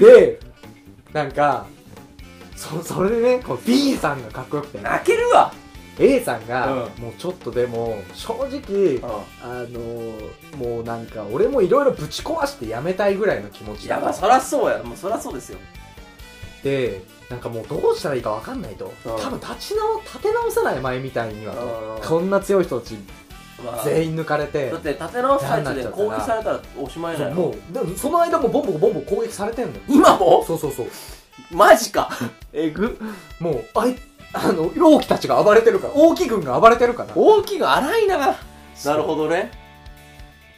Speaker 1: でなんかそそれでねこう B さんがかっこよくて
Speaker 2: 泣けるわ
Speaker 1: A さんが
Speaker 2: う
Speaker 1: もうちょっとでも正直あのーもうなんか俺もいろいろぶち壊してやめたいぐらいの気持
Speaker 2: い
Speaker 1: ち
Speaker 2: や
Speaker 1: だ
Speaker 2: まあそらそうやもうそらそうですよ
Speaker 1: でなんかもうどうしたらいいかわかんないと、
Speaker 2: うん
Speaker 1: 多分立ち直立て直せない前みたいには
Speaker 2: うん
Speaker 1: と、こんな強い人たち
Speaker 2: まあ
Speaker 1: 全員抜かれて
Speaker 2: だっ、て立て直す最中で攻撃されたらおしまいだよ
Speaker 1: もうでもその間もボンボコボンボコ攻撃されてんのよ
Speaker 2: 今も
Speaker 1: そうそうそう
Speaker 2: マジかえぐ
Speaker 1: もうあいあの老鬼たちが暴れてるから王毅軍が暴れてるから
Speaker 2: 大きく荒いななるほどね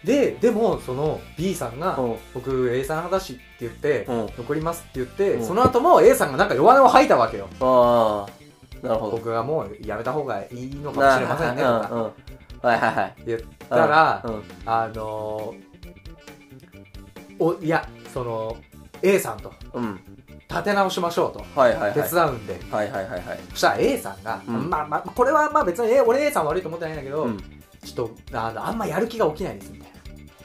Speaker 1: ででもその B さんが、
Speaker 2: うん
Speaker 1: 僕 A さん派だしって言って、
Speaker 2: うん
Speaker 1: 残りますって言って、
Speaker 2: うん
Speaker 1: その後も A さんがなんか弱音を吐いたわけよ
Speaker 2: ああなるほど
Speaker 1: 僕がもうやめた方がいいのかもしれませんねと
Speaker 2: うん
Speaker 1: か
Speaker 2: うんはいはいはい
Speaker 1: 言ったら、
Speaker 2: うん
Speaker 1: あのー、おいやその A さんと
Speaker 2: うん
Speaker 1: 立て直しましょうと
Speaker 2: はいはいはい
Speaker 1: 手伝うんで、
Speaker 2: はいはいはいはい
Speaker 1: そしたら A さんが、
Speaker 2: うん
Speaker 1: まあまあこれはまあ別にえ俺 A さん悪いと思ってないんだけど、
Speaker 2: うん
Speaker 1: ちょっとあのあんまやる気が起きないですみたい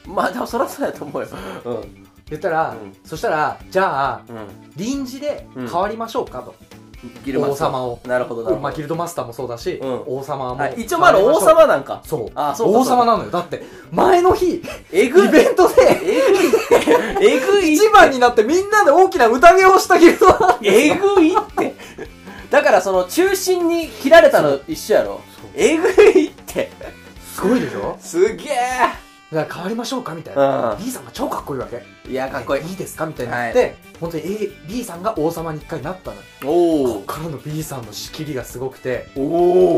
Speaker 1: な
Speaker 2: まあでもそらそうやと思うようん
Speaker 1: 言ったら、
Speaker 2: うん
Speaker 1: そしたらじゃあ
Speaker 2: うん
Speaker 1: 臨時で変わりましょうかと、
Speaker 2: ギルマスター
Speaker 1: 王様を
Speaker 2: なるほどなる
Speaker 1: まあ、
Speaker 2: ほ
Speaker 1: ギ
Speaker 2: ど
Speaker 1: ルドマスターもそうだし、
Speaker 2: うん
Speaker 1: 王様も、
Speaker 2: はい一応まあ王
Speaker 1: 変わりましょ
Speaker 2: 様なんか
Speaker 1: うそう
Speaker 2: あそうか
Speaker 1: 王様なのよだって前の日イ
Speaker 2: えぐい
Speaker 1: ベントで
Speaker 2: えぐいえぐい
Speaker 1: 一番になってみんなで大きな宴をしたギルドなんですよ
Speaker 2: えぐいってだからその中心に切られたの一緒やろえぐいって
Speaker 1: すごいでしょ
Speaker 2: すげえ
Speaker 1: だから変わりましょうかみたいな、
Speaker 2: うん
Speaker 1: B さんが超かっこいいわけ
Speaker 2: いやかっこいい
Speaker 1: いいですかみたいになって、
Speaker 2: は
Speaker 1: 本当に A B さんが王様に一回なったのよ
Speaker 2: お
Speaker 1: こっからの B さんの仕切りがすごくて
Speaker 2: お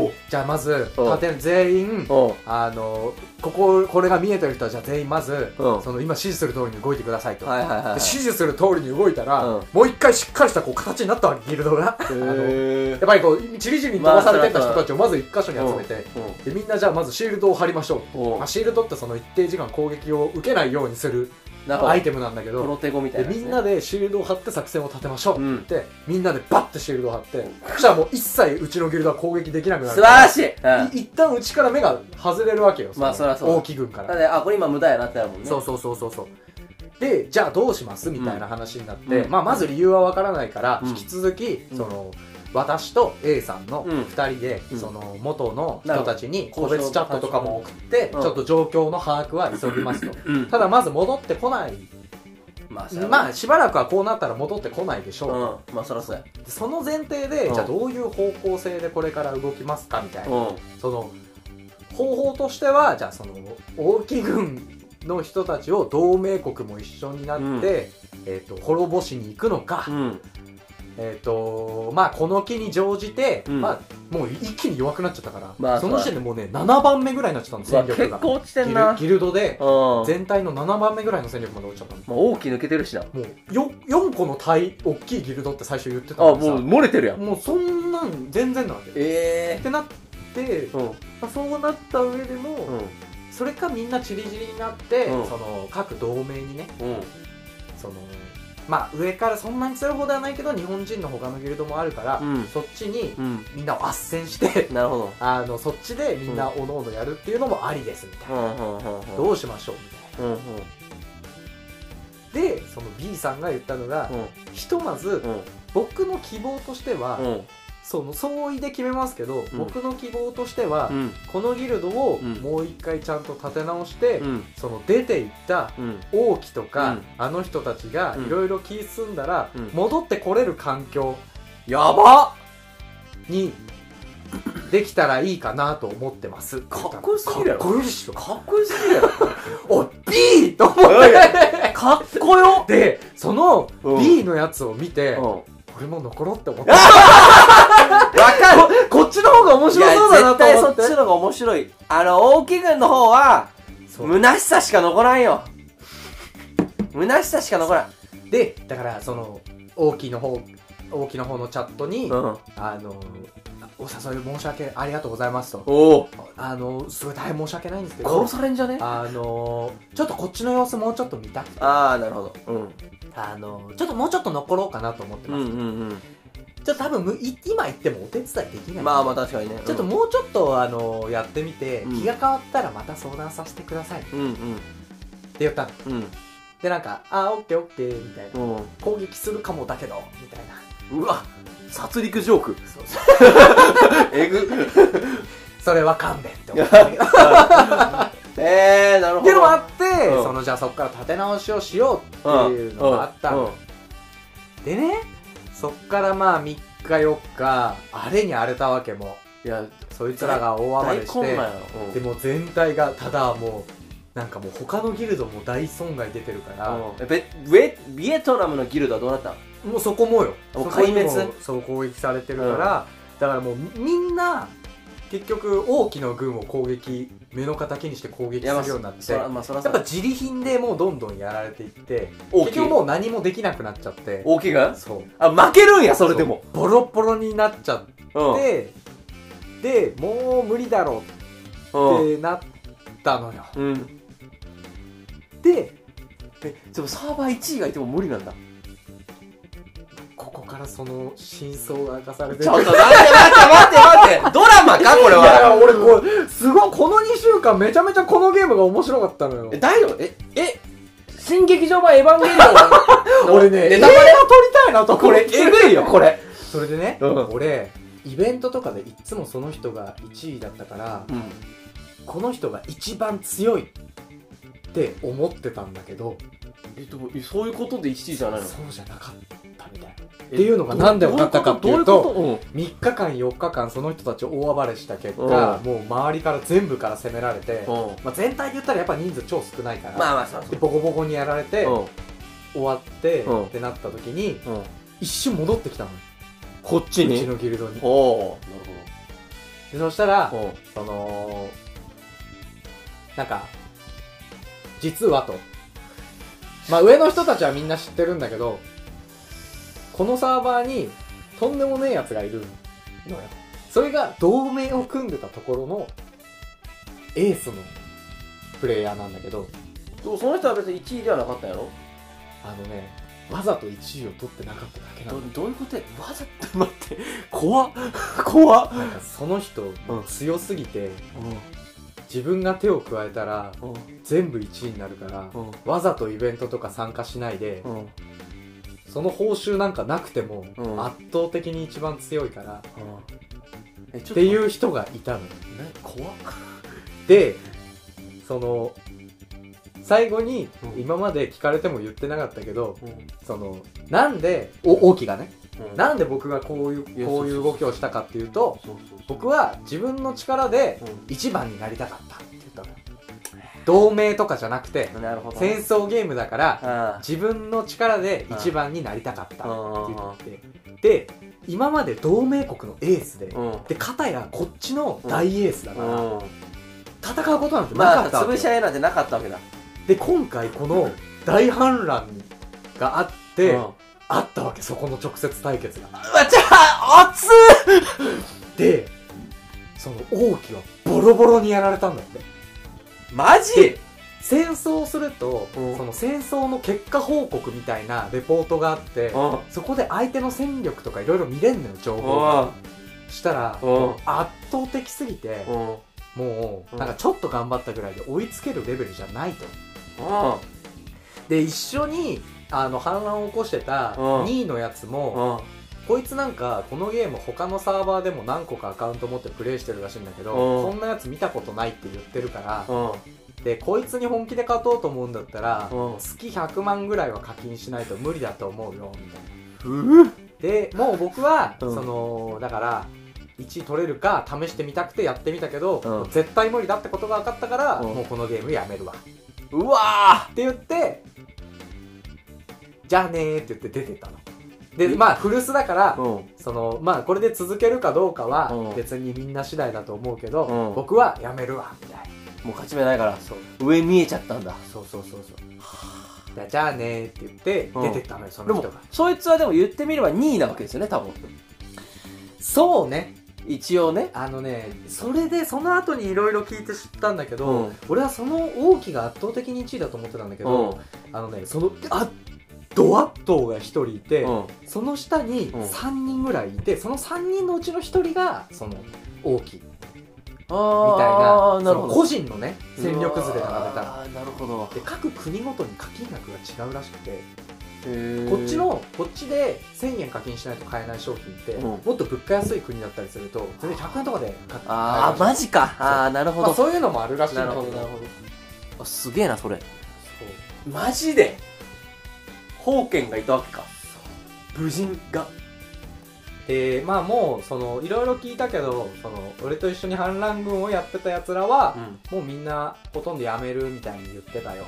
Speaker 2: お
Speaker 1: じゃあまず
Speaker 2: うん
Speaker 1: 立て全員
Speaker 2: お
Speaker 1: あのこここれが見えてる人はじゃあ全員まず、
Speaker 2: うん
Speaker 1: その今指示する通りに動いてくださいと、
Speaker 2: はいはいはい
Speaker 1: で指示する通りに動いたら、
Speaker 2: うん
Speaker 1: もう一回しっかりしたこう形になったわけギルドがあのや
Speaker 2: へ
Speaker 1: っぱりこうちりじりに飛ばされてた人たちをまず一箇所に集めて、
Speaker 2: え
Speaker 1: でみんなじゃあまずシールドを貼りましょう、
Speaker 2: お
Speaker 1: まあ、シールドってその一定時間攻撃を受けないようにする
Speaker 2: なるほど
Speaker 1: アイテムなんだけ
Speaker 2: プロ
Speaker 1: ど
Speaker 2: テゴみたい
Speaker 1: で
Speaker 2: な、
Speaker 1: みんなでシールドを張って作戦を立てましょう
Speaker 2: うん
Speaker 1: って、みんなでバッてシールドを張ってそしたらもう一切うちのギルドは攻撃できなくな
Speaker 2: 素
Speaker 1: る
Speaker 2: 晴らしい、うん、だ
Speaker 1: い一旦うちから目が外れるわけよ
Speaker 2: まあそりゃそうだ
Speaker 1: 大き軍から
Speaker 2: ってあこれ今無駄やなってなるもんね
Speaker 1: そうそうそうそうそうでじゃあどうしますみたいな話になって、
Speaker 2: うん
Speaker 1: まあ、まず理由はわからないから、
Speaker 2: うん
Speaker 1: 引き続き、
Speaker 2: うん
Speaker 1: その私と A さんの
Speaker 2: うん
Speaker 1: 2人で、
Speaker 2: うん
Speaker 1: その元の人たちに
Speaker 2: なるほ
Speaker 1: 個
Speaker 2: ど
Speaker 1: 別チャットとかも送って、
Speaker 2: うん
Speaker 1: ちょっと状況の把握は急ぎますと、
Speaker 2: うん
Speaker 1: ただまず戻ってこない
Speaker 2: まあ
Speaker 1: まあしばらくはこうなったら戻ってこないでし
Speaker 2: あ
Speaker 1: ょう
Speaker 2: う
Speaker 1: と、
Speaker 2: んまあそらそうや
Speaker 1: でその前提で、
Speaker 2: うん
Speaker 1: じゃあどういう方向性でこれから動きますかみたいな、
Speaker 2: うん
Speaker 1: その方法としてはじゃあその王毅軍の人たちを同盟国も一緒になって、
Speaker 2: うん
Speaker 1: えー、と滅ぼしに行くのか、
Speaker 2: うん
Speaker 1: えーとまあ、この気に乗じて、
Speaker 2: うん
Speaker 1: まあ、もう一気に弱くなっちゃったから、
Speaker 2: まあ
Speaker 1: その時点でもうね7番目ぐらいになっちゃったの
Speaker 2: うわ
Speaker 1: 戦
Speaker 2: 結
Speaker 1: 力が
Speaker 2: 構落ちて
Speaker 1: ギ
Speaker 2: ん
Speaker 1: ル
Speaker 2: な
Speaker 1: ギルドで
Speaker 2: うん
Speaker 1: 全体の7番目ぐらいの戦力まで落ちちゃったの
Speaker 2: まあ、大きい抜けてるしな。あ、
Speaker 1: もうよ4個の対大きいギルドって最初言ってた
Speaker 2: も
Speaker 1: の
Speaker 2: う
Speaker 1: にさ
Speaker 2: 漏れてるやん。
Speaker 1: もうそんなん全然なわけよ
Speaker 2: え
Speaker 1: ってなって、
Speaker 2: えうん。
Speaker 1: まあそうなった上でも、それかみんなチリチリになって、
Speaker 2: うん
Speaker 1: その各同盟にね
Speaker 2: うん。うん。
Speaker 1: そのまあ上からそんなに強い方ではないけど日本人の他のギルドもあるから、
Speaker 2: うん
Speaker 1: そっちに
Speaker 2: うん。
Speaker 1: みんなを斡旋して
Speaker 2: なるほど。
Speaker 1: あのそっちでみんなおのおのやるっていうのもありですみたいな、
Speaker 2: んうんうん
Speaker 1: どうしましょうみたいな
Speaker 2: うんうん
Speaker 1: でその B さんが言ったのが、ひとまず
Speaker 2: うん
Speaker 1: 僕の希望としては、
Speaker 2: うん
Speaker 1: その相違で決めますけど、
Speaker 2: ん
Speaker 1: 僕の希望としては、
Speaker 2: うん
Speaker 1: このギルドを
Speaker 2: うん
Speaker 1: もう一回ちゃんと立て直して、
Speaker 2: うん
Speaker 1: その出ていった
Speaker 2: うん
Speaker 1: 王毅とか、
Speaker 2: うん
Speaker 1: あの人たちが
Speaker 2: うん
Speaker 1: いろいろ気進んだら、
Speaker 2: うん
Speaker 1: 戻ってこれる環境
Speaker 2: やば
Speaker 1: にできたらいいかなと思ってます
Speaker 2: かっこよすぎるやろ
Speaker 1: かっこいいっしょ
Speaker 2: かっこよすぎるやろ
Speaker 1: お B! と思っ
Speaker 2: おい
Speaker 1: て
Speaker 2: かっこよ
Speaker 1: でその
Speaker 2: うん
Speaker 1: B のやつを見て、
Speaker 2: うん
Speaker 1: こ
Speaker 2: わ
Speaker 1: れも残ろうって思って
Speaker 2: か る
Speaker 1: こっちの方が面
Speaker 2: い
Speaker 1: 白
Speaker 2: や
Speaker 1: そうだな
Speaker 2: 絶
Speaker 1: と
Speaker 2: 対
Speaker 1: 思
Speaker 2: そ
Speaker 1: っ
Speaker 2: ってちの方が面白いあの大木軍の方は
Speaker 1: そう
Speaker 2: 虚しさしか残らんよ虚しさしか残らん
Speaker 1: でだからその王毅の方王毅の方のチャットに、
Speaker 2: ん
Speaker 1: あのお誘い申し訳ありがとうございますと
Speaker 2: おお
Speaker 1: あのすごい大変申し訳ないんですけど
Speaker 2: 殺されんじゃね
Speaker 1: あのー、ちょっとこっちの様子もうちょっと見たくて、
Speaker 2: ああなるほどうん
Speaker 1: あのー、ちょっともうちょっと残ろうかなと思って
Speaker 2: う
Speaker 1: ます。
Speaker 2: んうん
Speaker 1: ちょっと多分むい今行ってもお手伝いでき
Speaker 2: う
Speaker 1: ない。
Speaker 2: んまあまあ確かにね
Speaker 1: ちょっともうちょっと、あのー、やってみて、
Speaker 2: うん
Speaker 1: 気が変わったらまた相談させてくださいって
Speaker 2: うんうん
Speaker 1: 言ったの。
Speaker 2: うん
Speaker 1: で、なんか、あー、オッケーオッケーみたいな。
Speaker 2: うん
Speaker 1: 攻撃するかもだけど、みたいな。
Speaker 2: うわ殺戮ジョーク
Speaker 1: そうそう
Speaker 2: えぐ
Speaker 1: それは勘弁って思 ったんだけど。っ
Speaker 2: えー、なるほ
Speaker 1: ていう
Speaker 2: ど
Speaker 1: のもあって、
Speaker 2: うん
Speaker 1: その、じゃあそこから立て直しをしようって
Speaker 2: うん
Speaker 1: いうのがあったの。
Speaker 2: うん
Speaker 1: でね、そっからまあ3日4日、あれに荒れたわけも。
Speaker 2: いや
Speaker 1: そいつらが大暴
Speaker 2: 大
Speaker 1: れし
Speaker 2: 混乱
Speaker 1: て
Speaker 2: やろ、
Speaker 1: でも全体がただもうなんかもう他のギルドも大損害出てるから、
Speaker 2: うんえベベビエトナムのギルドはどうなったの
Speaker 1: もうそこもよ
Speaker 2: も
Speaker 1: そ
Speaker 2: う
Speaker 1: こにも
Speaker 2: 壊滅
Speaker 1: そう攻撃されてるから、だからもうみんな結局王毅の軍を攻撃目の敵にして攻撃するようになって
Speaker 2: そら
Speaker 1: や
Speaker 2: まあそら
Speaker 1: っ
Speaker 2: そ
Speaker 1: ぱ
Speaker 2: ら
Speaker 1: 自利品でもうどんどんやられていって
Speaker 2: 大
Speaker 1: 結
Speaker 2: きい
Speaker 1: 局もう何もできなくなっちゃって
Speaker 2: 大きいが
Speaker 1: そう
Speaker 2: あ負けるんやそれでも
Speaker 1: ボロボロになっちゃっ
Speaker 2: うんうん
Speaker 1: て、でもう無理だろうってなったのよ、
Speaker 2: うん
Speaker 1: で
Speaker 2: えでもサーバー1位がいても無理なんだ
Speaker 1: ここからその真相が明かされて
Speaker 2: ちょっと待って待って待って待ってドラマかこれ
Speaker 1: いやいや
Speaker 2: は
Speaker 1: 俺こうすごいこの2週間めちゃめちゃこのゲームが面白かったのよ
Speaker 2: え大丈夫ええ新劇場版エヴァンゲリオン の
Speaker 1: 俺ね
Speaker 2: ネ
Speaker 1: 映
Speaker 2: タ
Speaker 1: 画
Speaker 2: バ
Speaker 1: 撮り
Speaker 2: レ
Speaker 1: たいなと
Speaker 2: これえぐいよこれ
Speaker 1: それでね、
Speaker 2: うん
Speaker 1: 俺イベントとかでいっつもその人が1位だったから
Speaker 2: うん
Speaker 1: この人が一番強いって思ってたんだけど
Speaker 2: えっと、そういうことで1位じゃないの
Speaker 1: そうじゃなかったみたいな
Speaker 2: って
Speaker 1: いうのがなんで分かったかっていうと
Speaker 2: どういうこ
Speaker 1: 3日間4日間その人たち大暴れした結果、
Speaker 2: うん
Speaker 1: もう周りから全部から攻められて、
Speaker 2: とうんうん
Speaker 1: まあ、全体で言ったらやっぱ人数超少ないから、
Speaker 2: まあまあそうそ
Speaker 1: でボコボコにやられて、
Speaker 2: う
Speaker 1: 終わって、
Speaker 2: うん
Speaker 1: ってなった時に
Speaker 2: うん、うん、
Speaker 1: 一瞬戻ってきたのよ
Speaker 2: こっち
Speaker 1: うち
Speaker 2: に
Speaker 1: のギルドに
Speaker 2: おお
Speaker 1: でそしたら
Speaker 2: なるほ
Speaker 1: そのなんか実はとまあ上の人たちはみんな知ってるんだけどこのサーバーにとんでもねえやつがいるのよそれが同盟を組んでたところのエースのプレイヤーなんだけど
Speaker 2: そうその人は別に1位ではなかったんやろ
Speaker 1: あのねわざと1位を取ってなかっただけな
Speaker 2: ど
Speaker 1: の
Speaker 2: どういうことやわざと待って怖っ 怖っ
Speaker 1: なんかその人
Speaker 2: うん
Speaker 1: 強すぎて自分が手を加えたら
Speaker 2: うんうん
Speaker 1: 全部1位になるから
Speaker 2: うん
Speaker 1: わざとイベントとか参加しないで
Speaker 2: うん
Speaker 1: その報酬なんかなくても
Speaker 2: うん
Speaker 1: 圧倒的に一番強いから
Speaker 2: えちょっと
Speaker 1: っていう人がいたの
Speaker 2: な怖っ
Speaker 1: でその最後に
Speaker 2: うん
Speaker 1: 今まで聞かれても言ってなかったけど
Speaker 2: うん
Speaker 1: そのなんでお大きがね
Speaker 2: うん
Speaker 1: なんで僕がこういう
Speaker 2: いや
Speaker 1: こういう
Speaker 2: そうそうそう
Speaker 1: 動きをしたかっていうと
Speaker 2: そうそうそう
Speaker 1: 僕は自分の力で
Speaker 2: う
Speaker 1: 一番になりたかったって言ったのよ同盟とかじゃなくて
Speaker 2: んなるほど
Speaker 1: 戦争ゲームだから
Speaker 2: あ
Speaker 1: 自分の力で一番になりたかった
Speaker 2: あ
Speaker 1: って言ってで今まで同盟国のエースで
Speaker 2: うんうん
Speaker 1: で片やこっちの大エースだから戦うことなんてな
Speaker 2: ま
Speaker 1: か
Speaker 2: あ
Speaker 1: ったわ
Speaker 2: 潰
Speaker 1: け
Speaker 2: し
Speaker 1: よ
Speaker 2: 合いなんてなかったわけだ
Speaker 1: で今回この大反乱があって、
Speaker 2: うん
Speaker 1: あったわけそこの直接対決が
Speaker 2: うわちゃあ熱っ
Speaker 1: でその王毅はボロボロにやられたんだって
Speaker 2: マジ
Speaker 1: 戦争をすると、
Speaker 2: うん
Speaker 1: その戦争の結果報告みたいなレポートがあって、
Speaker 2: うん
Speaker 1: そこで相手の戦力とかいろいろ見れんのよ情報が
Speaker 2: うん
Speaker 1: したら、
Speaker 2: うん
Speaker 1: 圧倒的すぎて、
Speaker 2: うんうん
Speaker 1: も
Speaker 2: う
Speaker 1: うんなんかちょっと頑張ったぐらいで追いつけるレベルじゃないとで一緒にあの反乱を起こしてた
Speaker 2: うん
Speaker 1: 2位のやつ
Speaker 2: う
Speaker 1: も、
Speaker 2: ん
Speaker 1: こいつなんかこのゲーム他のサーバーでも何個かアカウント持ってプレイしてるらしいんだけど、
Speaker 2: うん
Speaker 1: そんなやつ見たことないって言ってるから、
Speaker 2: うん
Speaker 1: でこいつに本気で勝とうと思うんだったら、
Speaker 2: うん
Speaker 1: 月100万ぐらいは課金しないと無理だと思うよみたいな
Speaker 2: う
Speaker 1: でもう僕は、
Speaker 2: うん
Speaker 1: そのだから1位取れるか試してみたくてやってみたけど、
Speaker 2: うん
Speaker 1: もう絶対無理だってことが分かったから、
Speaker 2: うん
Speaker 1: もうこのゲームやめるわって
Speaker 2: うわ
Speaker 1: 言ってじゃあねーって言って出てったのでまあ古巣だから、
Speaker 2: ーうん
Speaker 1: そのまあこれで続けるかどうか
Speaker 2: う
Speaker 1: は
Speaker 2: ん
Speaker 1: 別にみんな次第だと思うけど、
Speaker 2: うん
Speaker 1: 僕はやめるわみたいな
Speaker 2: もう勝ち目ないから
Speaker 1: そう
Speaker 2: 上見えちゃったんだ
Speaker 1: そうそうそうそうでじゃあねーって言って
Speaker 2: うん
Speaker 1: 出てったのよ、そ
Speaker 2: で
Speaker 1: の
Speaker 2: も
Speaker 1: 人が
Speaker 2: そいつはでも言ってみれば2位なわけですよね多分
Speaker 1: そうね
Speaker 2: 一応ね
Speaker 1: あのねそれでその後にいろいろ聞いて知ったんだけど、
Speaker 2: うん
Speaker 1: 俺はその王毅が圧倒的に1位だと思ってたんだけ
Speaker 2: う
Speaker 1: ど、
Speaker 2: ん
Speaker 1: あのねそのあドワッとが1人いて、
Speaker 2: うん
Speaker 1: その下に
Speaker 2: うん
Speaker 1: 3人ぐらいいてその3人のうちの1人がその王毅みたいな
Speaker 2: あ
Speaker 1: そ
Speaker 2: あなる
Speaker 1: の
Speaker 2: ほど
Speaker 1: 個人のね戦力図で並べたら
Speaker 2: あーなるほど
Speaker 1: で各国ごとに課金額が違うらしくてこ
Speaker 2: こ
Speaker 1: っちのこっちで1000円課金しないと買えない商品って、
Speaker 2: うん
Speaker 1: もっと物価安い国だったりすると全然100円とかで買って買える
Speaker 2: ああマジかああなるほ
Speaker 1: まあ、
Speaker 2: ど
Speaker 1: そういうのもあるらしいんだけど
Speaker 2: ほどあすげえなそれ
Speaker 1: そう
Speaker 2: マジで宝剣がいたわけか武人が
Speaker 1: でまあもうそのいろいろ聞いたけどその俺と一緒に反乱軍をやってたやつらは、もうみんなほとんどやめるみたいに言ってたよ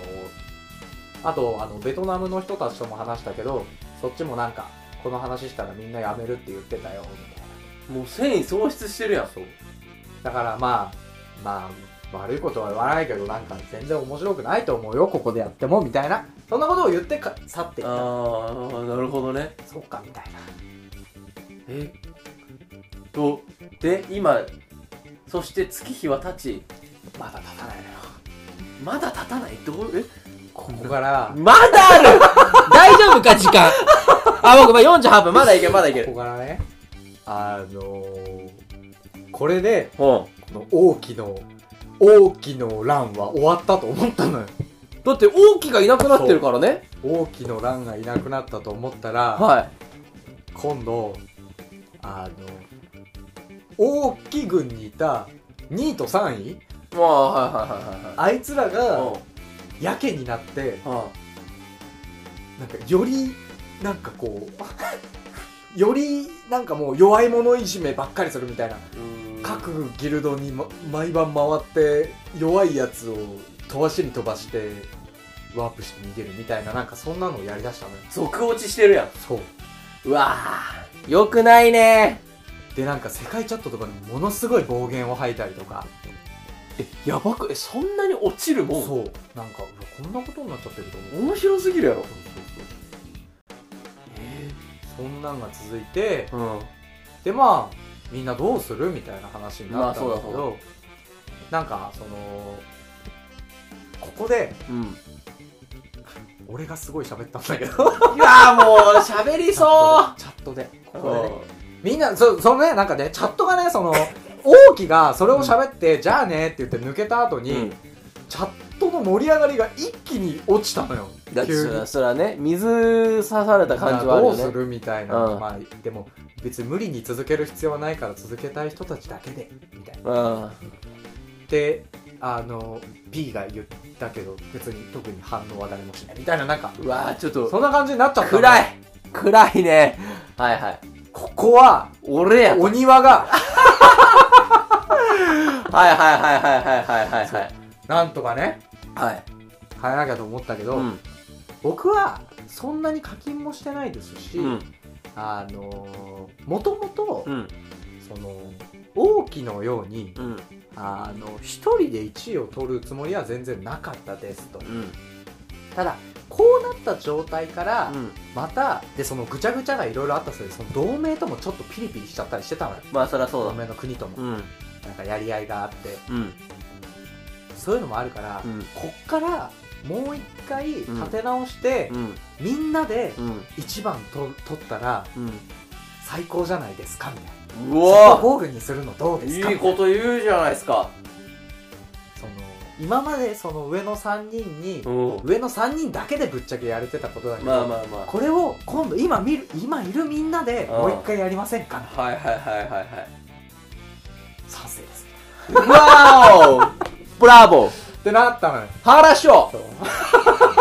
Speaker 1: あとあのベトナムの人たちとも話したけどそっちもなんかこの話したらみんなやめるって言ってたよみたいな
Speaker 2: もう繊維喪失してるやんそう
Speaker 1: だからまあまあ悪いことは言わないけどなんか全然面白くないと思うよここでやってもみたいなそんなことを言ってか去っていった
Speaker 2: ああなるほどね
Speaker 1: そうかみたいな
Speaker 2: えとで今そして月日は経ち
Speaker 1: まだ立たないのよ
Speaker 2: まだ経たないどうえ
Speaker 1: ここから
Speaker 2: まだある 大丈夫か時 間あ僕まあ48分まだいけるまだいけ
Speaker 1: こ
Speaker 2: る
Speaker 1: こからねあのー、これで
Speaker 2: うん
Speaker 1: この王毅の王毅の乱は終わったと思ったのよ
Speaker 2: だって王毅がいなくなってるからね
Speaker 1: 王毅の乱がいなくなったと思ったら、
Speaker 2: は
Speaker 1: 今度あの王毅軍にいた2位と3位
Speaker 2: いまあはいはいはいはい
Speaker 1: あいつらが
Speaker 2: は
Speaker 1: やけになって
Speaker 2: いうん
Speaker 1: なんかよりなんかこう よりなんかもう弱い者いじめばっかりするみたいな各ギルドに、ま、毎晩回って弱いやつを飛ばしに飛ばしてワープして逃げるみたいななんかそんなのをやりだしたのよ
Speaker 2: 続落ちしてるやん
Speaker 1: そう
Speaker 2: うわーよくないね
Speaker 1: でなんか世界チャットとかにものすごい暴言を吐いたりとか
Speaker 2: えやばくえそんなに落ちるもん
Speaker 1: そうなんかうわこんなことになっちゃってると思う
Speaker 2: 面白すぎるや
Speaker 1: そ
Speaker 2: ろ
Speaker 1: うそうそうそんなんが続いて
Speaker 2: うん
Speaker 1: でまあみんなどうするみたいな話になったんだけ
Speaker 2: まあそうだ
Speaker 1: どなんかそのここで
Speaker 2: うん
Speaker 1: 俺がすごい喋ったんだけど
Speaker 2: いやーもう喋りそう
Speaker 1: チャットでここでね
Speaker 2: こ
Speaker 1: みんなそそのねなんかねチャットがねそ の王毅がそれを喋って、じゃあねって言って抜けた後
Speaker 2: う
Speaker 1: に、
Speaker 2: ん、
Speaker 1: チャットの盛り上がりが一気に落ちたのよ
Speaker 2: だって
Speaker 1: 急
Speaker 2: そ
Speaker 1: に
Speaker 2: れはそれはね水刺された感じはあるよ
Speaker 1: どう
Speaker 2: ね
Speaker 1: するみたいな、
Speaker 2: うん
Speaker 1: まあでも別に無理に続ける必要はないから続けたい人たちだけでみたいな
Speaker 2: うん
Speaker 1: であの B が言ったけど別に特に反応は誰もしないみたいななんか
Speaker 2: うわーちょっ
Speaker 1: そ
Speaker 2: と
Speaker 1: んな感じになっちゃったの
Speaker 2: 暗い暗いねはいはい
Speaker 1: ここは
Speaker 2: 俺や
Speaker 1: お庭が
Speaker 2: はいはいはいはいはいはいはいはい
Speaker 1: なんとかね
Speaker 2: はい
Speaker 1: 変えなきゃと思ったけど、
Speaker 2: うん
Speaker 1: 僕はそんなに課金もしてないですし、
Speaker 2: うん
Speaker 1: あのもともと
Speaker 2: うん
Speaker 1: その王毅のように
Speaker 2: うん
Speaker 1: あの一人で1位を取るつもりは全然なかったですと
Speaker 2: うん
Speaker 1: ただこうなった状態から
Speaker 2: うん
Speaker 1: またでそのぐちゃぐちゃがいろいろあったせいでその同盟ともちょっとピリピリしちゃったりしてたのよ
Speaker 2: まあそりゃそう
Speaker 1: 同
Speaker 2: だ
Speaker 1: 盟の国とも
Speaker 2: うん
Speaker 1: なんかやり合いがあって
Speaker 2: うん
Speaker 1: そういうのもあるから、
Speaker 2: うん
Speaker 1: こっからもう一回立て直して、
Speaker 2: うん
Speaker 1: みんなで
Speaker 2: うん
Speaker 1: 1番と取ったら
Speaker 2: う
Speaker 1: 最高じゃないですかみたいな。
Speaker 2: んう
Speaker 1: そこを
Speaker 2: わ
Speaker 1: ゴールにするのどうですか
Speaker 2: いいこと言うじゃないですか
Speaker 1: その今までその上の3人に、
Speaker 2: うん
Speaker 1: 上の3人だけでぶっちゃけやれてたことだけど、
Speaker 2: まあまあま
Speaker 1: これを今度今見る今いるみんなでもう一回やりませんか
Speaker 2: あはいはいはいはいはい
Speaker 1: 賛成です
Speaker 2: わおブラボー
Speaker 1: ってなったのよ
Speaker 2: ハラショ
Speaker 1: そう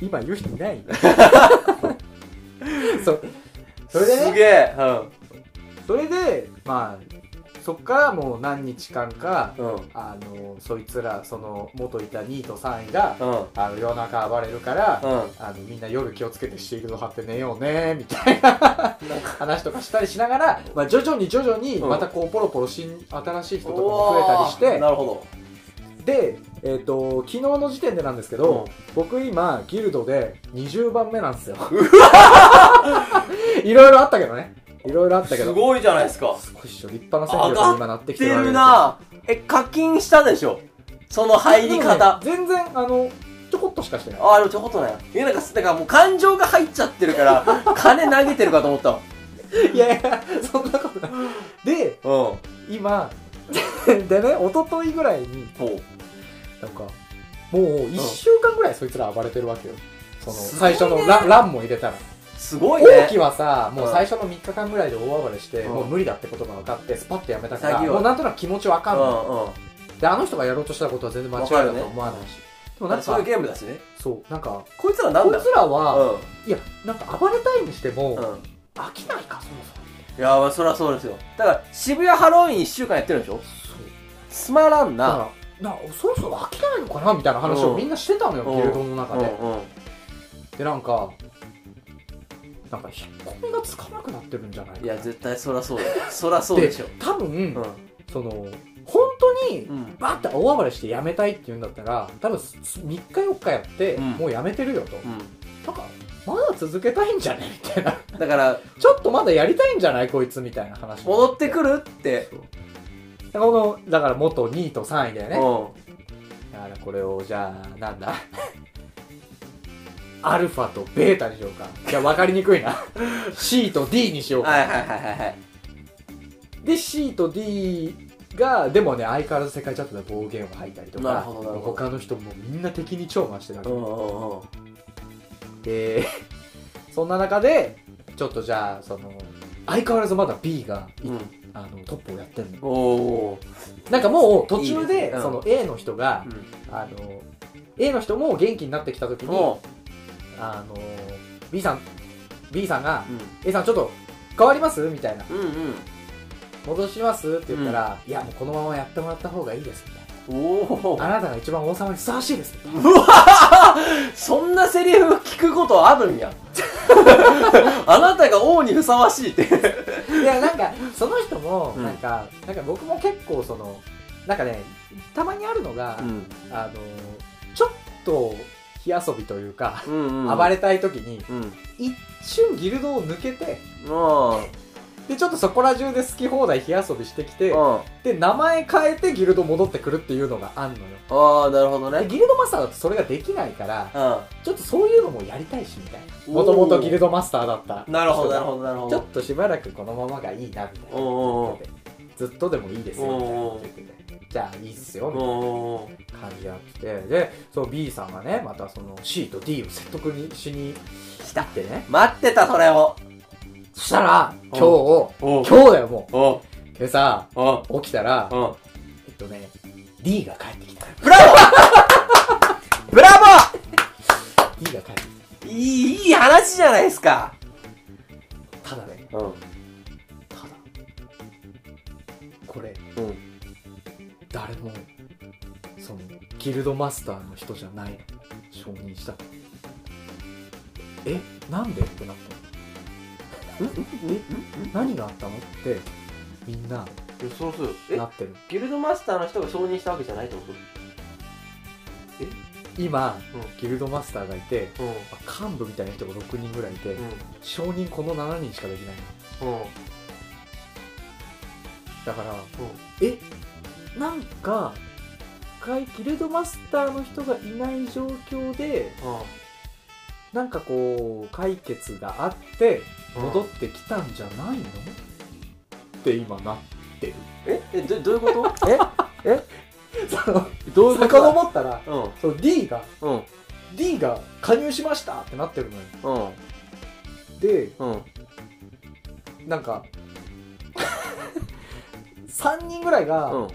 Speaker 1: 今言う人い ないそうそれですね
Speaker 2: げえ
Speaker 1: それでまあそっからもう何日間か
Speaker 2: うんうん
Speaker 1: あのそいつらその元いた2位と3位が
Speaker 2: うん
Speaker 1: あの夜中暴れるから、
Speaker 2: うん
Speaker 1: あのみんな夜気をつけてシールド貼って寝ようねみたいな話とかしたりしながら、まあ、徐々に徐々に
Speaker 2: うん
Speaker 1: またこうポロポロ新新しい人とかも増えたりして
Speaker 2: なるほ
Speaker 1: で、えー、と昨日の時点でなんですけ
Speaker 2: ど
Speaker 1: ど、僕今ギルドで20番目なんですよ いろいろあったけどねいろいろあったけ
Speaker 2: す
Speaker 1: ど
Speaker 2: ごいじゃないですか
Speaker 1: すごいっしょ立派な戦力に今なって
Speaker 2: 知
Speaker 1: き
Speaker 2: ってて
Speaker 1: るわけで
Speaker 2: る
Speaker 1: すよ
Speaker 2: なえ課金したでしょその入り
Speaker 1: でも
Speaker 2: 方
Speaker 1: ね全然あのちょこっとしかしてない
Speaker 2: ああでもちょこっとねいやなんかだからもう感情が入っちゃってるから 金投げてるかと思ったわ
Speaker 1: いやいやそんなことないで
Speaker 2: うんほ
Speaker 1: 今 でね一昨日ぐらいに
Speaker 2: う
Speaker 1: なんかもう1週間ぐらいそいつら暴れてるわけよその
Speaker 2: すごい
Speaker 1: 最
Speaker 2: ね
Speaker 1: 初のラランも入れたら
Speaker 2: すごい
Speaker 1: 王
Speaker 2: ね
Speaker 1: 毅はさもううん最初の3日間ぐらいで大暴れして、
Speaker 2: うん
Speaker 1: もう無理だってことが分かってスパッとやめたから
Speaker 2: 潔い
Speaker 1: もうなんとなく気持ちわ
Speaker 2: う
Speaker 1: かんない、
Speaker 2: んうん
Speaker 1: であの人がやろうとしたことは全然間違いだとは思わないし、でも
Speaker 2: だ
Speaker 1: なん
Speaker 2: って
Speaker 1: か
Speaker 2: そういうゲームだしね
Speaker 1: そうなんか
Speaker 2: こいつらなん
Speaker 1: こ
Speaker 2: だ
Speaker 1: いつらは、
Speaker 2: うん
Speaker 1: いやなんか暴れたいにしても、
Speaker 2: うん
Speaker 1: 飽きないかそもそも
Speaker 2: いやまあそりゃそうですよだから渋谷ハロウィン1週間やってるんでしょ
Speaker 1: そう
Speaker 2: すまらん
Speaker 1: だ
Speaker 2: な
Speaker 1: からなそろそろ飽きないのかなみたいな話をみんなしてたのよ、
Speaker 2: うん
Speaker 1: ギルドの
Speaker 2: う
Speaker 1: 中
Speaker 2: んう
Speaker 1: で、
Speaker 2: ん
Speaker 1: でなんかなんか引っ込みがつかなくなってるんじゃないか
Speaker 2: い
Speaker 1: な
Speaker 2: や絶対そりゃそうだよそりゃそうでしょ
Speaker 1: 多分、
Speaker 2: うん
Speaker 1: その本当に
Speaker 2: うん
Speaker 1: バーって大暴れしてやめたいって言うんだったら多分す3日4日やって、
Speaker 2: うん
Speaker 1: もうやめてるよと、
Speaker 2: う
Speaker 1: なんかまだ続けたいんじゃねみたいな
Speaker 2: んだから
Speaker 1: ちょっとまだやりたいんじゃないこいつみたいな話
Speaker 2: 戻ってくるって
Speaker 1: そうだからこのだから元2位と3位だよね、
Speaker 2: う
Speaker 1: だからこれをじゃあなんだ アルファとベータにしようかいや分かりにくいな C と D にしようんか、
Speaker 2: はいはいはいはいはい
Speaker 1: で C と D がでもね相変わらず世界チャットで暴言を吐いたりと
Speaker 2: なる
Speaker 1: か
Speaker 2: ほどなるほど
Speaker 1: 他の人もみんな敵に超回してたわけ
Speaker 2: うんうんうん
Speaker 1: で そんな中でちょっとじゃあその相変わらずまだ B が
Speaker 2: うん
Speaker 1: あのトップをやってるの
Speaker 2: おお
Speaker 1: なんかもう途中
Speaker 2: い
Speaker 1: で
Speaker 2: いですねうん
Speaker 1: その A の人が、あの A の人も元気になってきた時に
Speaker 2: も
Speaker 1: あの B さん B さんが
Speaker 2: ううん
Speaker 1: A さんちょっと変わりますみたいな
Speaker 2: うんうん
Speaker 1: 戻しますって言ったら、いやもうこのままやってもらった方がいいですみたいな
Speaker 2: おお
Speaker 1: あなたが一番王様にふさわしいです。
Speaker 2: そんなセリフ聞くことある んやあなたが王にふさわしいって
Speaker 1: いや、なんか、その人も、
Speaker 2: うん
Speaker 1: なんか、なんか僕も結構その、なんかね、たまにあるのが、
Speaker 2: ん
Speaker 1: あの、ちょっと、火遊びというか、
Speaker 2: うんうん
Speaker 1: 暴れたい時に、
Speaker 2: うん
Speaker 1: 一瞬ギルドを抜けて、
Speaker 2: も
Speaker 1: でちょっとそこら中で好き放題火遊びしてきて、
Speaker 2: うん。
Speaker 1: で名前変えてギルド戻ってくるっていうのがあんのよ
Speaker 2: ああ、なるほど
Speaker 1: で
Speaker 2: ね。
Speaker 1: ギルドマスターだとそれができないから
Speaker 2: う
Speaker 1: ちょっとそういうのもやりたいしみたいな
Speaker 2: お
Speaker 1: も
Speaker 2: ー
Speaker 1: ともとギルドマスターだった
Speaker 2: ん。なるほど、なるほど、なるほ
Speaker 1: ちょっ
Speaker 2: ど。
Speaker 1: としばらくこのままがいいなみたいな
Speaker 2: おうおうおう
Speaker 1: ずっとでもいいですよみたいなこと言っててじゃあいいっすよみたいな感じがあってでその B さんがねまたその C と D を説得にしに来たってね
Speaker 2: 待ってた、それを。
Speaker 1: そしたら今日
Speaker 2: お
Speaker 1: 今日だよも
Speaker 2: お
Speaker 1: う今朝
Speaker 2: お
Speaker 1: 起きたら
Speaker 2: お
Speaker 1: えっとね D が帰ってきた
Speaker 2: ブラボーブラボ
Speaker 1: D が帰ってき
Speaker 2: ーいい、いい話じゃないですか。
Speaker 1: たただね
Speaker 2: うん。
Speaker 1: ただこれ
Speaker 2: うん。
Speaker 1: 誰もそのギルドマスターの人じゃない承認したのえなんでってなったの何があったのってみんな
Speaker 2: そうそう。え
Speaker 1: な、ってる
Speaker 2: ギルドマスターの人が承認したわけじゃないってこと
Speaker 1: 今、
Speaker 2: う
Speaker 1: ギルドマスターがいて
Speaker 2: うん。
Speaker 1: 幹部みたいな人が6人ぐらいいて、承認この7人しかできないの
Speaker 2: うん。うん。
Speaker 1: だからえなんか一回ギルドマスターの人がいない状況でなんかこう解決があって戻ってきたんじゃないの、って今なってる
Speaker 2: え、え、ど、どういうことえ
Speaker 1: その
Speaker 2: どういうこと
Speaker 1: 遡ったら
Speaker 2: うん。
Speaker 1: その D が
Speaker 2: うん。
Speaker 1: D が加入しましたってなってるのよ
Speaker 2: うん。
Speaker 1: で
Speaker 2: うん。
Speaker 1: なんか3人ぐらいが、
Speaker 2: うん。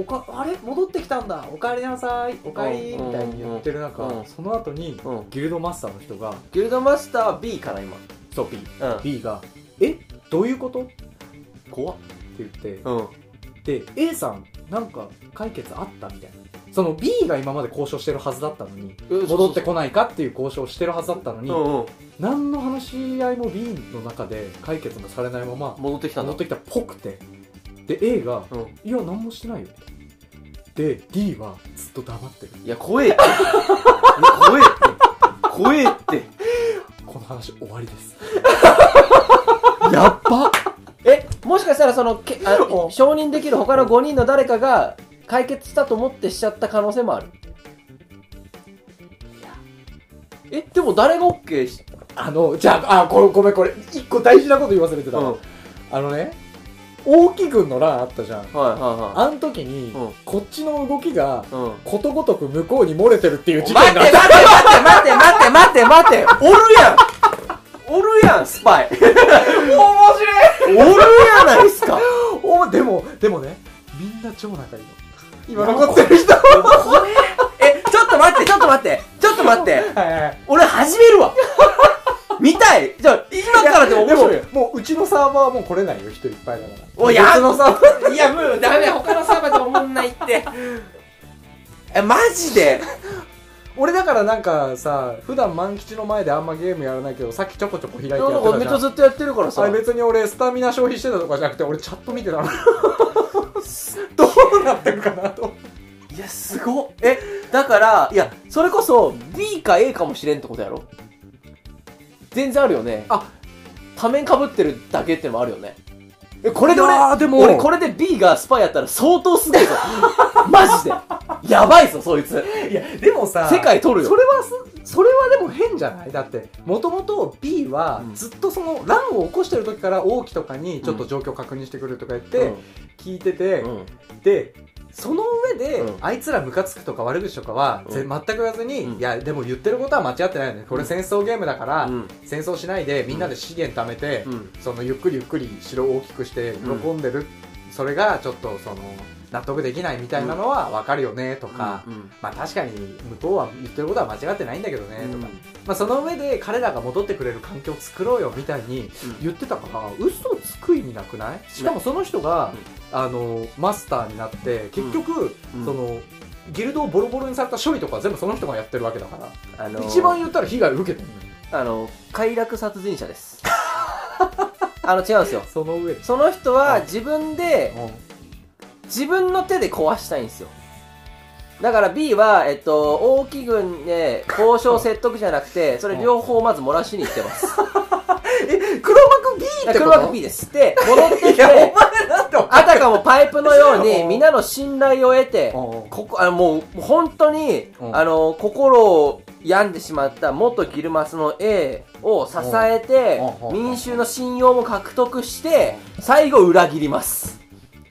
Speaker 1: おか「あれ戻ってきたんだおかえりなさいおかえり」
Speaker 2: うん
Speaker 1: みたいに言ってる中、
Speaker 2: うん
Speaker 1: その後に
Speaker 2: うん。
Speaker 1: ギルドマスターの人が
Speaker 2: ギルドマスターは B かな、今。
Speaker 1: そう B,
Speaker 2: う
Speaker 1: B が「えどういうこと?」って
Speaker 2: 怖っ。
Speaker 1: 言って、
Speaker 2: うん。
Speaker 1: で A さんなんか解決あったみたいなその B が今まで交渉してるはずだったのに戻ってこないかっていう交渉してるはずだったのに、
Speaker 2: うんうん。
Speaker 1: 何の話し合いも B の中で解決もされないまま
Speaker 2: 戻ってきたん
Speaker 1: 戻
Speaker 2: だ
Speaker 1: っ。てきたっぽくてで A が
Speaker 2: うん。
Speaker 1: 「いや何もしてないよ」で D はずっと黙ってる
Speaker 2: いや、怖えって。 怖えって。怖えって。
Speaker 1: この話終わりです
Speaker 2: やっばえ、もしかしたらその、け あ
Speaker 1: うん
Speaker 2: 承認できる他の5人の誰かが解決したと思ってしちゃった可能性もある。え、でも誰が OK し
Speaker 1: あのじゃああこごめんこれ一個大事なこと言い忘れてた、
Speaker 2: うん。
Speaker 1: わ
Speaker 2: はい
Speaker 1: あのね大木軍の欄あったじゃん
Speaker 2: は
Speaker 1: あん時に、
Speaker 2: うん
Speaker 1: こっちの動きが
Speaker 2: いはい。うん。
Speaker 1: ことごとく向こうに漏れてるっていう
Speaker 2: 待
Speaker 1: 事
Speaker 2: って
Speaker 1: 件が
Speaker 2: 待って待って待って待って待って おるやんおるやんスパイ
Speaker 1: 面白い
Speaker 2: おるやないっすか
Speaker 1: おでもでもねみんな超仲いいの今残ってる人は
Speaker 2: えちょっと待ってちょっと待ってちょっと待って
Speaker 1: いはい
Speaker 2: 俺始める わ見たいじゃあ今からでも面白いよ
Speaker 1: ももううちのサーバーはもう来れないよ人いっぱいだから
Speaker 2: おや
Speaker 1: 別のサーバー
Speaker 2: いやもうダメ他のサーバーでもおもんないってえマジで
Speaker 1: 俺だからなんかさ普段万吉の前であんまゲームやらないけどさっきちょこちょこ開いてやってたじゃん
Speaker 2: ずっとやってるから
Speaker 1: あれ別に俺スタミナ消費してたとかじゃなくて俺チャット見て たのどうなってるかなと
Speaker 2: いやすごっえだからいやそれこそ B か A かもしれんってことやろ全然あるよね
Speaker 1: あ
Speaker 2: 仮面かぶってるだけってのもあるよねえこれで
Speaker 1: いやー
Speaker 2: 俺
Speaker 1: でも
Speaker 2: 俺これで B がスパイやったら相当すごいぞマジでやばいぞそいつ
Speaker 1: いやでもさ
Speaker 2: 世界取るよ
Speaker 1: それはすそれはでも変じゃないだってもともと B は
Speaker 2: うん
Speaker 1: ずっとその乱を起こしてる時から王毅とかにちょっと状況確認してくるとか言って聞いてて、
Speaker 2: うんうん
Speaker 1: でその上で、
Speaker 2: うん
Speaker 1: あいつらムカつくとか悪口とかは、ぜ
Speaker 2: うん
Speaker 1: 全く言わずに、
Speaker 2: うん
Speaker 1: いやでも言ってることは間違ってないよねこれ戦争ゲームだから、
Speaker 2: うん
Speaker 1: 戦争しないでみんなで資源貯めて、
Speaker 2: うん
Speaker 1: そのゆっくりゆっくり城を大きくして
Speaker 2: うん
Speaker 1: 喜んでる、それがちょっとその納得できないみたいなのは分かるよねとか、
Speaker 2: うん
Speaker 1: まあ確かに向こうは言ってることは間違ってないんだけどねとか、
Speaker 2: うん
Speaker 1: まあその上で彼らが戻ってくれる環境を作ろうよみたいに言ってたから嘘つく意味なくないしかもその人が、あのマスターになって結局、
Speaker 2: うん
Speaker 1: そのギルドをボロボロにされた処理とかは全部その人がやってるわけだから、
Speaker 2: あのー
Speaker 1: 一番言ったら被害を受けてる
Speaker 2: あの快楽殺人者です あの違うんですよ
Speaker 1: その上で、
Speaker 2: その人は
Speaker 1: うん
Speaker 2: 自分で自分の手で壊したいんですよだから B は、えっと、大 木軍で交渉説得じゃなくて、それ両方まず漏らしに行ってます。
Speaker 1: え黒幕 B ってこと
Speaker 2: 黒幕 B です。で、戻って
Speaker 1: い
Speaker 2: き
Speaker 1: やお
Speaker 2: て、
Speaker 1: 前なんて
Speaker 2: あたかもパイプのよ うに、
Speaker 1: うん
Speaker 2: 皆の信頼を得て、
Speaker 1: おう
Speaker 2: ここ、あもう、本当に、
Speaker 1: うん
Speaker 2: あの、心を病んでしまった元ギルマスの A を支えて
Speaker 1: うん、うん
Speaker 2: 民衆の信用も獲得して、最後裏切ります。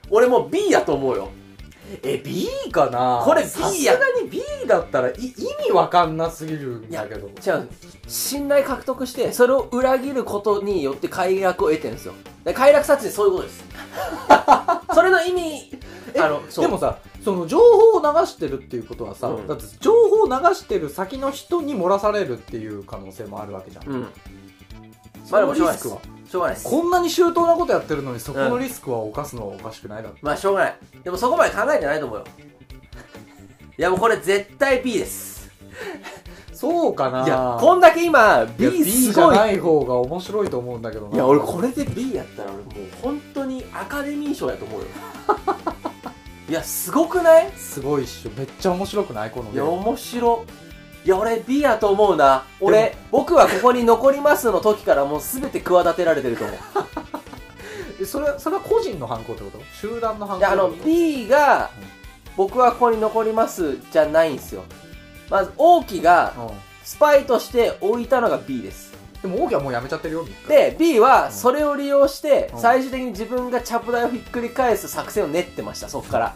Speaker 2: 俺もう B やと思うよ。
Speaker 1: え B かな
Speaker 2: これ B
Speaker 1: さす
Speaker 2: や
Speaker 1: がに B だったらい意味わかんなすぎるんだけど
Speaker 2: 違う信頼獲得してそれを裏切ることによって快楽を得てるんですよで快楽殺人そういうことです それの意味
Speaker 1: え
Speaker 2: あのそう
Speaker 1: でもさその情報を流してるっていうことはさ、
Speaker 2: うん
Speaker 1: だって情報を流してる先の人に漏らされるっていう可能性もあるわけじゃん、
Speaker 2: うん
Speaker 1: そ
Speaker 2: まあで
Speaker 1: の
Speaker 2: も
Speaker 1: リ
Speaker 2: しょうがない
Speaker 1: スクは
Speaker 2: ですしょうがないです
Speaker 1: こんなに周到なことやってるのにそこのリスクは犯すのはおかしくないだろ、
Speaker 2: まあしょうがないでもそこまで考えてないと思うよいやもうこれ絶対 B です
Speaker 1: そうかない
Speaker 2: やこんだけ今
Speaker 1: いや
Speaker 2: B すごい
Speaker 1: じゃない方が面白いと思うんだけどない
Speaker 2: いや俺これで B やったら俺もう本当にアカデミー賞やと思うよ いやすごくない
Speaker 1: すごいっしょめっちゃ面白くないこの
Speaker 2: い
Speaker 1: ゲ
Speaker 2: や、
Speaker 1: ーム
Speaker 2: 面白。いや、俺 B やと思うな。俺、僕はここに残りますの時からもう全て企てられてると思 う。
Speaker 1: えそれはそれは個人の犯行ってこと集団の犯
Speaker 2: で、
Speaker 1: 行
Speaker 2: あの、B が、僕はここに残りますじゃないんですよ。まず、王毅が、
Speaker 1: う
Speaker 2: スパイとして置いたのが B です。
Speaker 1: ん、でも王毅はもうやめちゃってるよ
Speaker 2: で、B は、それを利用して、
Speaker 1: うん
Speaker 2: 最終的に自分がチャプ台をひっくり返す作戦を練ってました、そっから。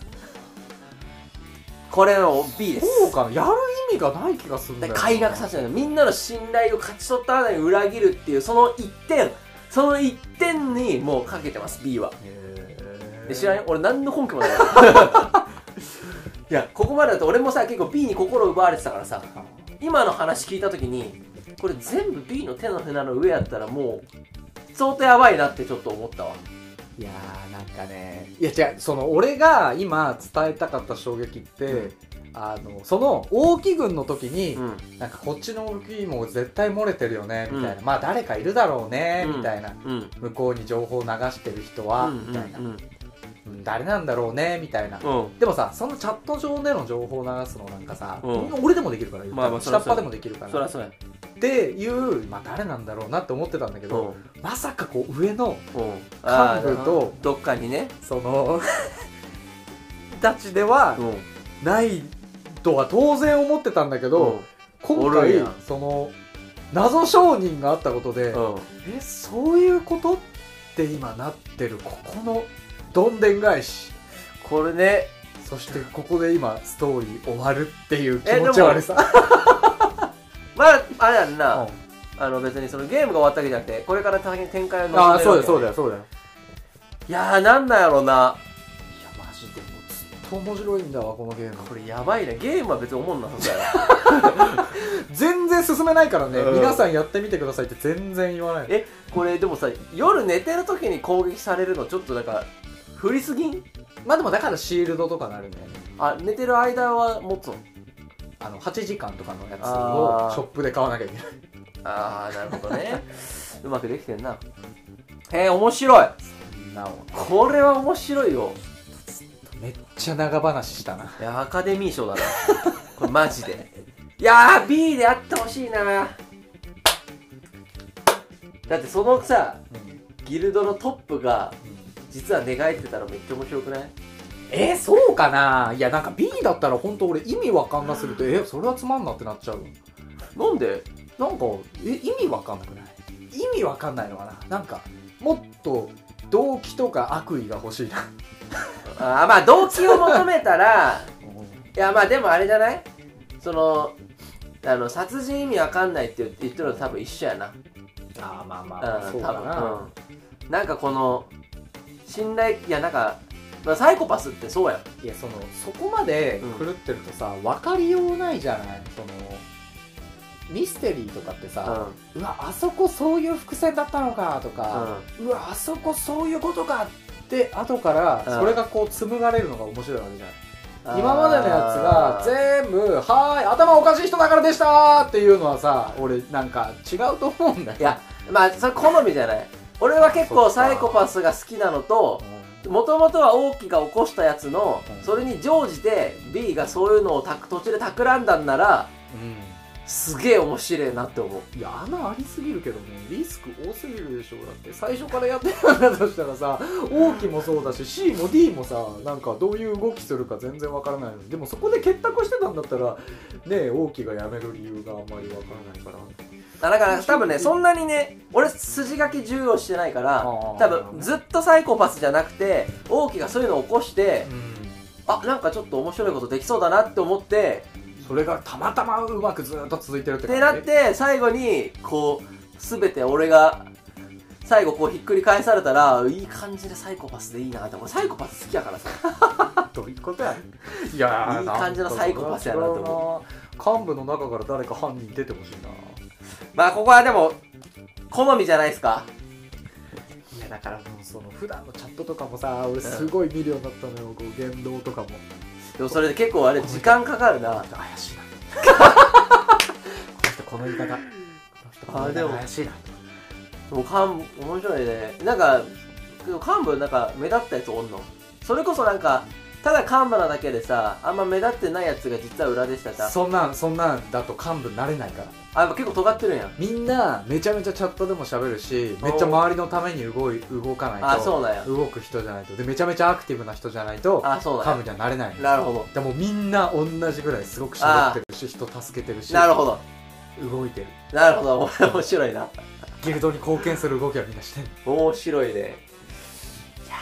Speaker 2: これの B です。
Speaker 1: そうかなやる意味がない気がするんだ
Speaker 2: で
Speaker 1: よ
Speaker 2: 快楽させないみんなの信頼を勝ち取ったらに裏切るっていうその一点その一点にもうかけてます B は
Speaker 1: へ
Speaker 2: で
Speaker 1: ー
Speaker 2: 知らんよ俺何の 根拠もないいやここまでだと俺もさ結構 B に心奪われてたからさ今の話聞いた時にこれ全部 B の手の船の上やったらもう相当やばいなってちょっと思ったわ
Speaker 1: いやーなんかねいや違うその俺が今伝えたかった衝撃って、
Speaker 2: うん
Speaker 1: あのその王毅軍の時に、
Speaker 2: うん
Speaker 1: なんかこっちの動きも絶対漏れてるよねみたいな、
Speaker 2: う
Speaker 1: まあ誰かいるだろうね、
Speaker 2: うん
Speaker 1: みたいな
Speaker 2: うん
Speaker 1: 向こうに情報を流してる人は、
Speaker 2: うん
Speaker 1: みたいな、
Speaker 2: う
Speaker 1: うんん誰なんだろうねみたいな、
Speaker 2: うん
Speaker 1: でもさそのチャット上での情報を流すのなんかさ、
Speaker 2: うん
Speaker 1: 俺でもできるから、
Speaker 2: まあまあそ
Speaker 1: 下
Speaker 2: ら
Speaker 1: っ
Speaker 2: そう
Speaker 1: 端でもできるから
Speaker 2: そりゃそうや
Speaker 1: っていう、まあ、誰なんだろうなって思ってたんだけ
Speaker 2: うん
Speaker 1: ど、まさかこう上の
Speaker 2: うんあ
Speaker 1: 幹部
Speaker 2: ー
Speaker 1: と
Speaker 2: どっかにね
Speaker 1: そのたちでは
Speaker 2: うん
Speaker 1: ないとは当然思ってたんだけど、今
Speaker 2: おる
Speaker 1: 回
Speaker 2: やん
Speaker 1: その謎商人があったことで、
Speaker 2: うん
Speaker 1: えそういうことって今なってるここのどんでん返し
Speaker 2: これね
Speaker 1: そしてここで今ストーリー終わるっていう気
Speaker 2: えで
Speaker 1: 持
Speaker 2: も
Speaker 1: ち悪さ、
Speaker 2: まああれやんな、
Speaker 1: うん
Speaker 2: あの別にそのゲームが終わったわけじゃなくてこれから大変展開を望んでる
Speaker 1: ああそうだよそう
Speaker 2: だ
Speaker 1: だよそうだよ
Speaker 2: いやーなんだやろうない
Speaker 1: やマジでもうずっと面白いんだわこのゲーム
Speaker 2: これやばいねゲームは別に思んなさそうや な
Speaker 1: 全然進めないからね、
Speaker 2: うん
Speaker 1: 皆さんやってみてくださいって全然言わない
Speaker 2: えこれでもさ夜寝てる時に攻撃されるのちょっとなんか振りすぎん
Speaker 1: まあでもだからシールドとかなるんだよね
Speaker 2: あ寝てる間は持つの
Speaker 1: あの8時間とかのやつ
Speaker 2: あ
Speaker 1: を
Speaker 2: ー
Speaker 1: ショップで買わなきゃいけない
Speaker 2: ああなるほどね うまくできてんなへえ面白い
Speaker 1: なお
Speaker 2: これは面白いよ
Speaker 1: めっちゃ長話したない
Speaker 2: やアカデミー 賞だなこれマジでいやー B であってほしいなだってそのさギルドのトップが実は寝返ってたらめっちゃ面白くない
Speaker 1: えー、そうかないやなんか B だったら本当俺意味わかんなすぎてえそれはつまんなってなっちゃう
Speaker 2: なんで
Speaker 1: なんかえ意味わかんなくない意味わかんないのかななんかもっと動機とか悪意が欲しいな
Speaker 2: あーまあ動機を求めたら いやまあでもあれじゃないそのあの殺人意味わかんないって言ってるの多分一緒やな
Speaker 1: あーまあま
Speaker 2: うん多分、うん、なんかこの信頼いやなんか、まあ、サイコパスってそうやん
Speaker 1: いやそのそこまで狂ってるとさ、分かりようないじゃないそのミステリーとかってさ、うわあそこそういう伏線だったのかとか、うわあそこそういうことかって後から
Speaker 2: うん
Speaker 1: それがこう紡がれるのが面白いわけじゃない、
Speaker 2: うん
Speaker 1: 今までのやつが全部「はーい頭おかしい人だからでした!」っていうのはさ俺なんか違うと思うんだよ
Speaker 2: いや、まあそれ好みじゃない俺は結
Speaker 1: そ
Speaker 2: 構
Speaker 1: っか
Speaker 2: サイコパスが好きなのと
Speaker 1: う
Speaker 2: もともとは王毅が起こしたやつの
Speaker 1: うん
Speaker 2: それに乗じて B がそういうのをたく途中で企んだんなら
Speaker 1: ん
Speaker 2: すげえ面白いなって思う
Speaker 1: いや穴ありすぎるけどねリスク多すぎるでしょだって最初からやってたんだとしたらさ王毅もそうだし C も D もさなんかどういう動きするか全然わからないのにでもそこで結託してたんだったらね王毅が辞める理由があんまりわからないから
Speaker 2: あだから多分ねそんなにね俺筋書き重要してないから
Speaker 1: あー
Speaker 2: 多分ずっとサイコパスじゃなくて王毅がそういうのを起こしてあなんかちょっと面白いことできそうだなって思って
Speaker 1: それがたまたまうまくずっと続いてるって
Speaker 2: ってな
Speaker 1: 感
Speaker 2: っ
Speaker 1: じ
Speaker 2: て最後にこう全て俺が最後こうひっくり返されたらいい感じでサイコパスでいいなって俺サイコパス好きやからさ
Speaker 1: どういうことやいやー
Speaker 2: いい感じのサイコパスやなと思
Speaker 1: う幹部の中から誰か犯人出てほしいな
Speaker 2: まあここはでも好みじゃないですか
Speaker 1: いやだからもうその普段のチャットとかもさ俺すごい見るようになったのよ、こう言動とかも
Speaker 2: でもそれで結構あれ時間かかるな
Speaker 1: 怪しいなこの人この言い方この人この
Speaker 2: あ
Speaker 1: 言
Speaker 2: で
Speaker 1: い
Speaker 2: も
Speaker 1: 方怪しいな
Speaker 2: もうかん面白いねなんか幹部なんか目立ったやつおんのそれこそなんかただ幹部なだけでさあんま目立ってないやつが実は裏でしたじゃん
Speaker 1: そんなんそんなんだと幹部になれないから
Speaker 2: あやっぱ結構尖ってるんやん
Speaker 1: みんなめちゃめちゃチャットでも喋るしめっちゃ周りのために動い動かないと
Speaker 2: あそうなんや
Speaker 1: 動く人じゃないとでめちゃめちゃアクティブな人じゃないと
Speaker 2: あそうな
Speaker 1: 幹部
Speaker 2: ん
Speaker 1: にはなれない
Speaker 2: やなるほど
Speaker 1: でもみんな同じぐらいすごく喋ってるし人助けてるし
Speaker 2: なるほど
Speaker 1: 動いてる
Speaker 2: なるほど 面白いな
Speaker 1: ギルドに貢献する動きはみんなしてる
Speaker 2: 面白いねいや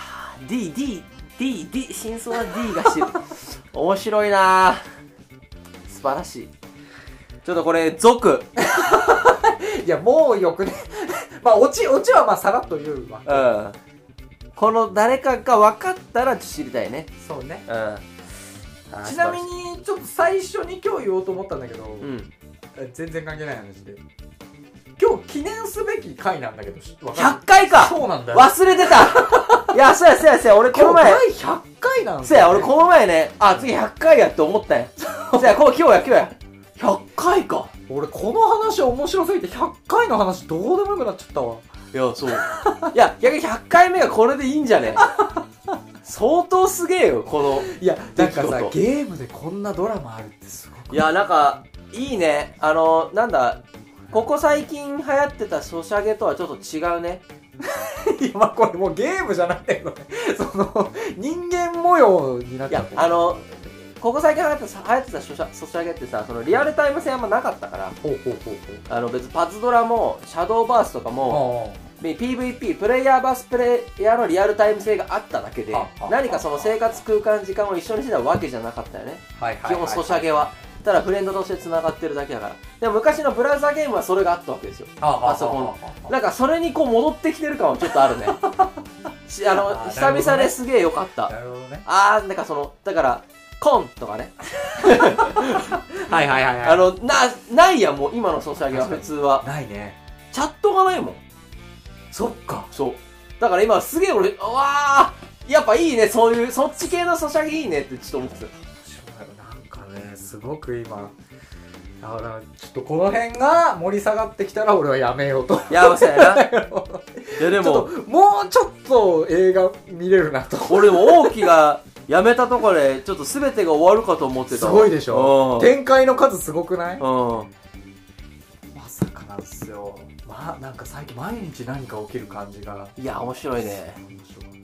Speaker 2: ー DDDD 真相は D が知る 面白いなー素晴らしいちょっとこれ族
Speaker 1: いやもうよ くねまあオチオチはまあさらっと言うわ
Speaker 2: うんこの誰かが分かったら知りたいね
Speaker 1: そうね
Speaker 2: うん
Speaker 1: ちなみにちょっと最初に今日言おうと思ったんだけど、
Speaker 2: うん
Speaker 1: え全然関係ない話で今日記念すべき回なんだけどしわかる
Speaker 2: 100回か
Speaker 1: そうなんだよ
Speaker 2: 忘れて たいやそうやそうやそうや俺こ
Speaker 1: 今日
Speaker 2: の前
Speaker 1: 第100回なん
Speaker 2: そうや俺この前ねあ次100回やって思 ったんやそうやこう今日や今日や100回か
Speaker 1: 俺この話面白すぎて100回の話どうでもよくなっちゃったわ
Speaker 2: いや、そう。 いや、逆に100回目がこれでいいんじゃね相当すげえよ、この。
Speaker 1: いやなんか
Speaker 2: 出来
Speaker 1: さ
Speaker 2: 事
Speaker 1: ゲームでこんなドラマあるってすごく
Speaker 2: いや、なんか、いいね。あの、なんだ、ここ最近流行ってたソシャゲとはちょっと違うね。
Speaker 1: いやまあこれもうゲームじゃないんだけどね その人間模様になっ
Speaker 2: い
Speaker 1: ちゃ
Speaker 2: や
Speaker 1: って、る
Speaker 2: あの、ここ最近流行ってた流行ってたソシャソシャゲってさ、そのリアルタイム性あんまなかったから、
Speaker 1: ほうほうほうほう
Speaker 2: あの別にパズドラも、シャドーバースとかも、で PVP、プレイヤーバースプレイヤーのリアルタイム性があっただけで
Speaker 1: ああ、
Speaker 2: 何かその生活空間時間を一緒にしてたわけじゃなかったよね。
Speaker 1: はいはい
Speaker 2: 基本ソシャゲは。ただフレンドとして繋がってるだけだから。でも昔のブラウザゲームはそれがあったわけですよ。パソコン
Speaker 1: ン
Speaker 2: なんかそれにこう戻ってきてる感はちょっとある ね。しあの、
Speaker 1: あー
Speaker 2: 久々ですげえ良かった。
Speaker 1: なるほどね
Speaker 2: あー、なんかその、だから、コンとかね。
Speaker 1: はいはいはい
Speaker 2: あの、な、ないやんもう今のソシャゲは
Speaker 1: 確
Speaker 2: 普
Speaker 1: かに
Speaker 2: 通は。
Speaker 1: ないね
Speaker 2: チャットがないもん。
Speaker 1: そっか
Speaker 2: そう。だから今すげえ俺、うわー、やっぱいいね、そういう、そっち系のソシャゲいいねってちょっと思ってた。
Speaker 1: なんかねすごく今だからちょっとこの辺が盛り下がってきたら俺はやめよう と
Speaker 2: いやばそうや な。いやで
Speaker 1: ちょ
Speaker 2: も、
Speaker 1: っともうちょっと映画見れるなと
Speaker 2: 俺でも王毅が辞めたとこで、ちょっと全てが終わるかと思ってた
Speaker 1: すごいでしょ
Speaker 2: うん。
Speaker 1: 展開の数すごくない
Speaker 2: うん。
Speaker 1: まさかなんですよまあなんか最近毎日何か起きる感じが
Speaker 2: いや、面白いね。
Speaker 1: 面白い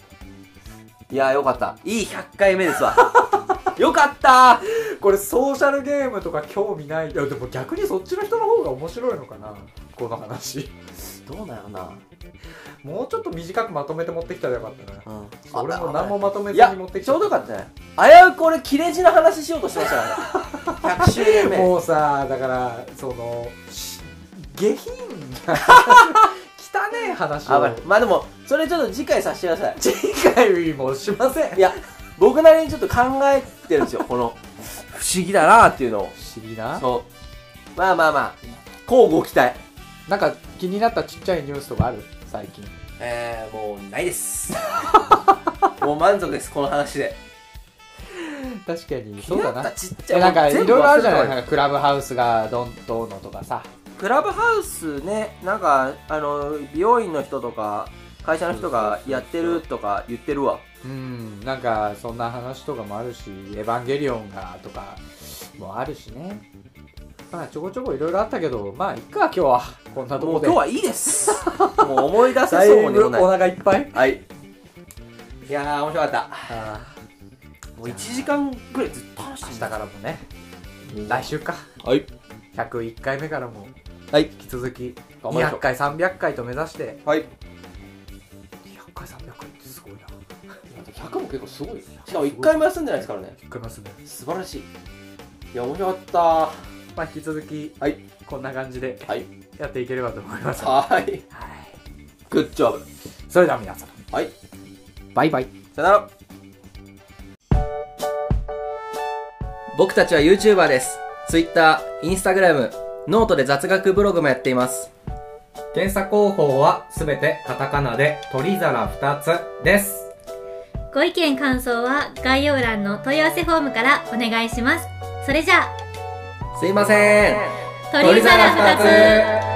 Speaker 2: いや、よかった。いい100回目です わ。よかった
Speaker 1: これソーシャルゲームとか興味ないいやでも逆にそっちの人の方が面白いのかなこの話
Speaker 2: どうなのな。
Speaker 1: もうちょっと短くまとめて持ってきたらよかったな
Speaker 2: うん。
Speaker 1: 俺も何もまとめ
Speaker 2: い
Speaker 1: ず
Speaker 2: や
Speaker 1: に持って、き
Speaker 2: ち
Speaker 1: た
Speaker 2: ょうどよかったね。危うく俺、切れ字の話しようとしてましたからね。100周年目。
Speaker 1: もうさだからそのし下品 な汚い話
Speaker 2: あ、まあ
Speaker 1: を
Speaker 2: まあでも、それちょっと次回させてください。
Speaker 1: 次回もしません
Speaker 2: いや、僕なりにちょっと考えてるんですよ、この、不思議だなっていうのを。
Speaker 1: 不思議な
Speaker 2: そう。まあまあまあ、こうご期待。
Speaker 1: なんか気になったちっちゃいニュースとかある最近
Speaker 2: えー、もうない です。もう満足です、この話で。
Speaker 1: 確かにそうだな
Speaker 2: ちっちゃ
Speaker 1: え
Speaker 2: い。
Speaker 1: なんかいろ
Speaker 2: 全
Speaker 1: い
Speaker 2: 部忘れ
Speaker 1: ろ
Speaker 2: た
Speaker 1: あるじゃないなんかクラブハウスがどんどうのとかさ
Speaker 2: クラブハウスね、なんか、あの、美容院の人とか、会社の人がやってるとか言ってるわ。
Speaker 1: うんなんかそんな話とかもあるし「エヴァンゲリオンが」とかもあるしねまあちょこちょこいろいろあったけどまあいっか今日はこんなと
Speaker 2: も
Speaker 1: こ
Speaker 2: う
Speaker 1: で
Speaker 2: 今日はいいです。もう思い出せ
Speaker 1: だい
Speaker 2: そうで
Speaker 1: ぶ
Speaker 2: も
Speaker 1: お
Speaker 2: ない。
Speaker 1: 腹いっぱい
Speaker 2: はい。いやー、面白かった。
Speaker 1: あ
Speaker 2: もう1時間くらいずっと
Speaker 1: ー
Speaker 2: 話
Speaker 1: 明日
Speaker 2: してた
Speaker 1: か
Speaker 2: から。
Speaker 1: もね来週から
Speaker 2: はい。
Speaker 1: 101回目からも
Speaker 2: はい。
Speaker 1: 引き続き
Speaker 2: 頑張りまし
Speaker 1: 200
Speaker 2: ょう
Speaker 1: 回300回と目指して
Speaker 2: はい。
Speaker 1: 200回300回ってすごいな
Speaker 2: 100も結構すごいよ。しかも1回も休んでないですからね。
Speaker 1: 1回ますね
Speaker 2: 素晴らしい。いや、面白かっ
Speaker 1: まあ引き続き
Speaker 2: た。はい。
Speaker 1: こんな感じで
Speaker 2: はい。
Speaker 1: やっていければと思います
Speaker 2: はい。
Speaker 1: はい
Speaker 2: グッジョブ。
Speaker 1: それでは皆さん
Speaker 2: はい。
Speaker 1: バイバイ
Speaker 2: さよなら。
Speaker 3: 僕たちは YouTuber です。Twitter、Instagram、ノートで雑学ブログもやっています。
Speaker 1: 検査方法はすべてカタカナで鳥皿2つです
Speaker 4: ご意見感想は概要欄の問い合わせフォームからお願いします。それじゃあ、
Speaker 3: すいません。
Speaker 4: 鳥皿二つ。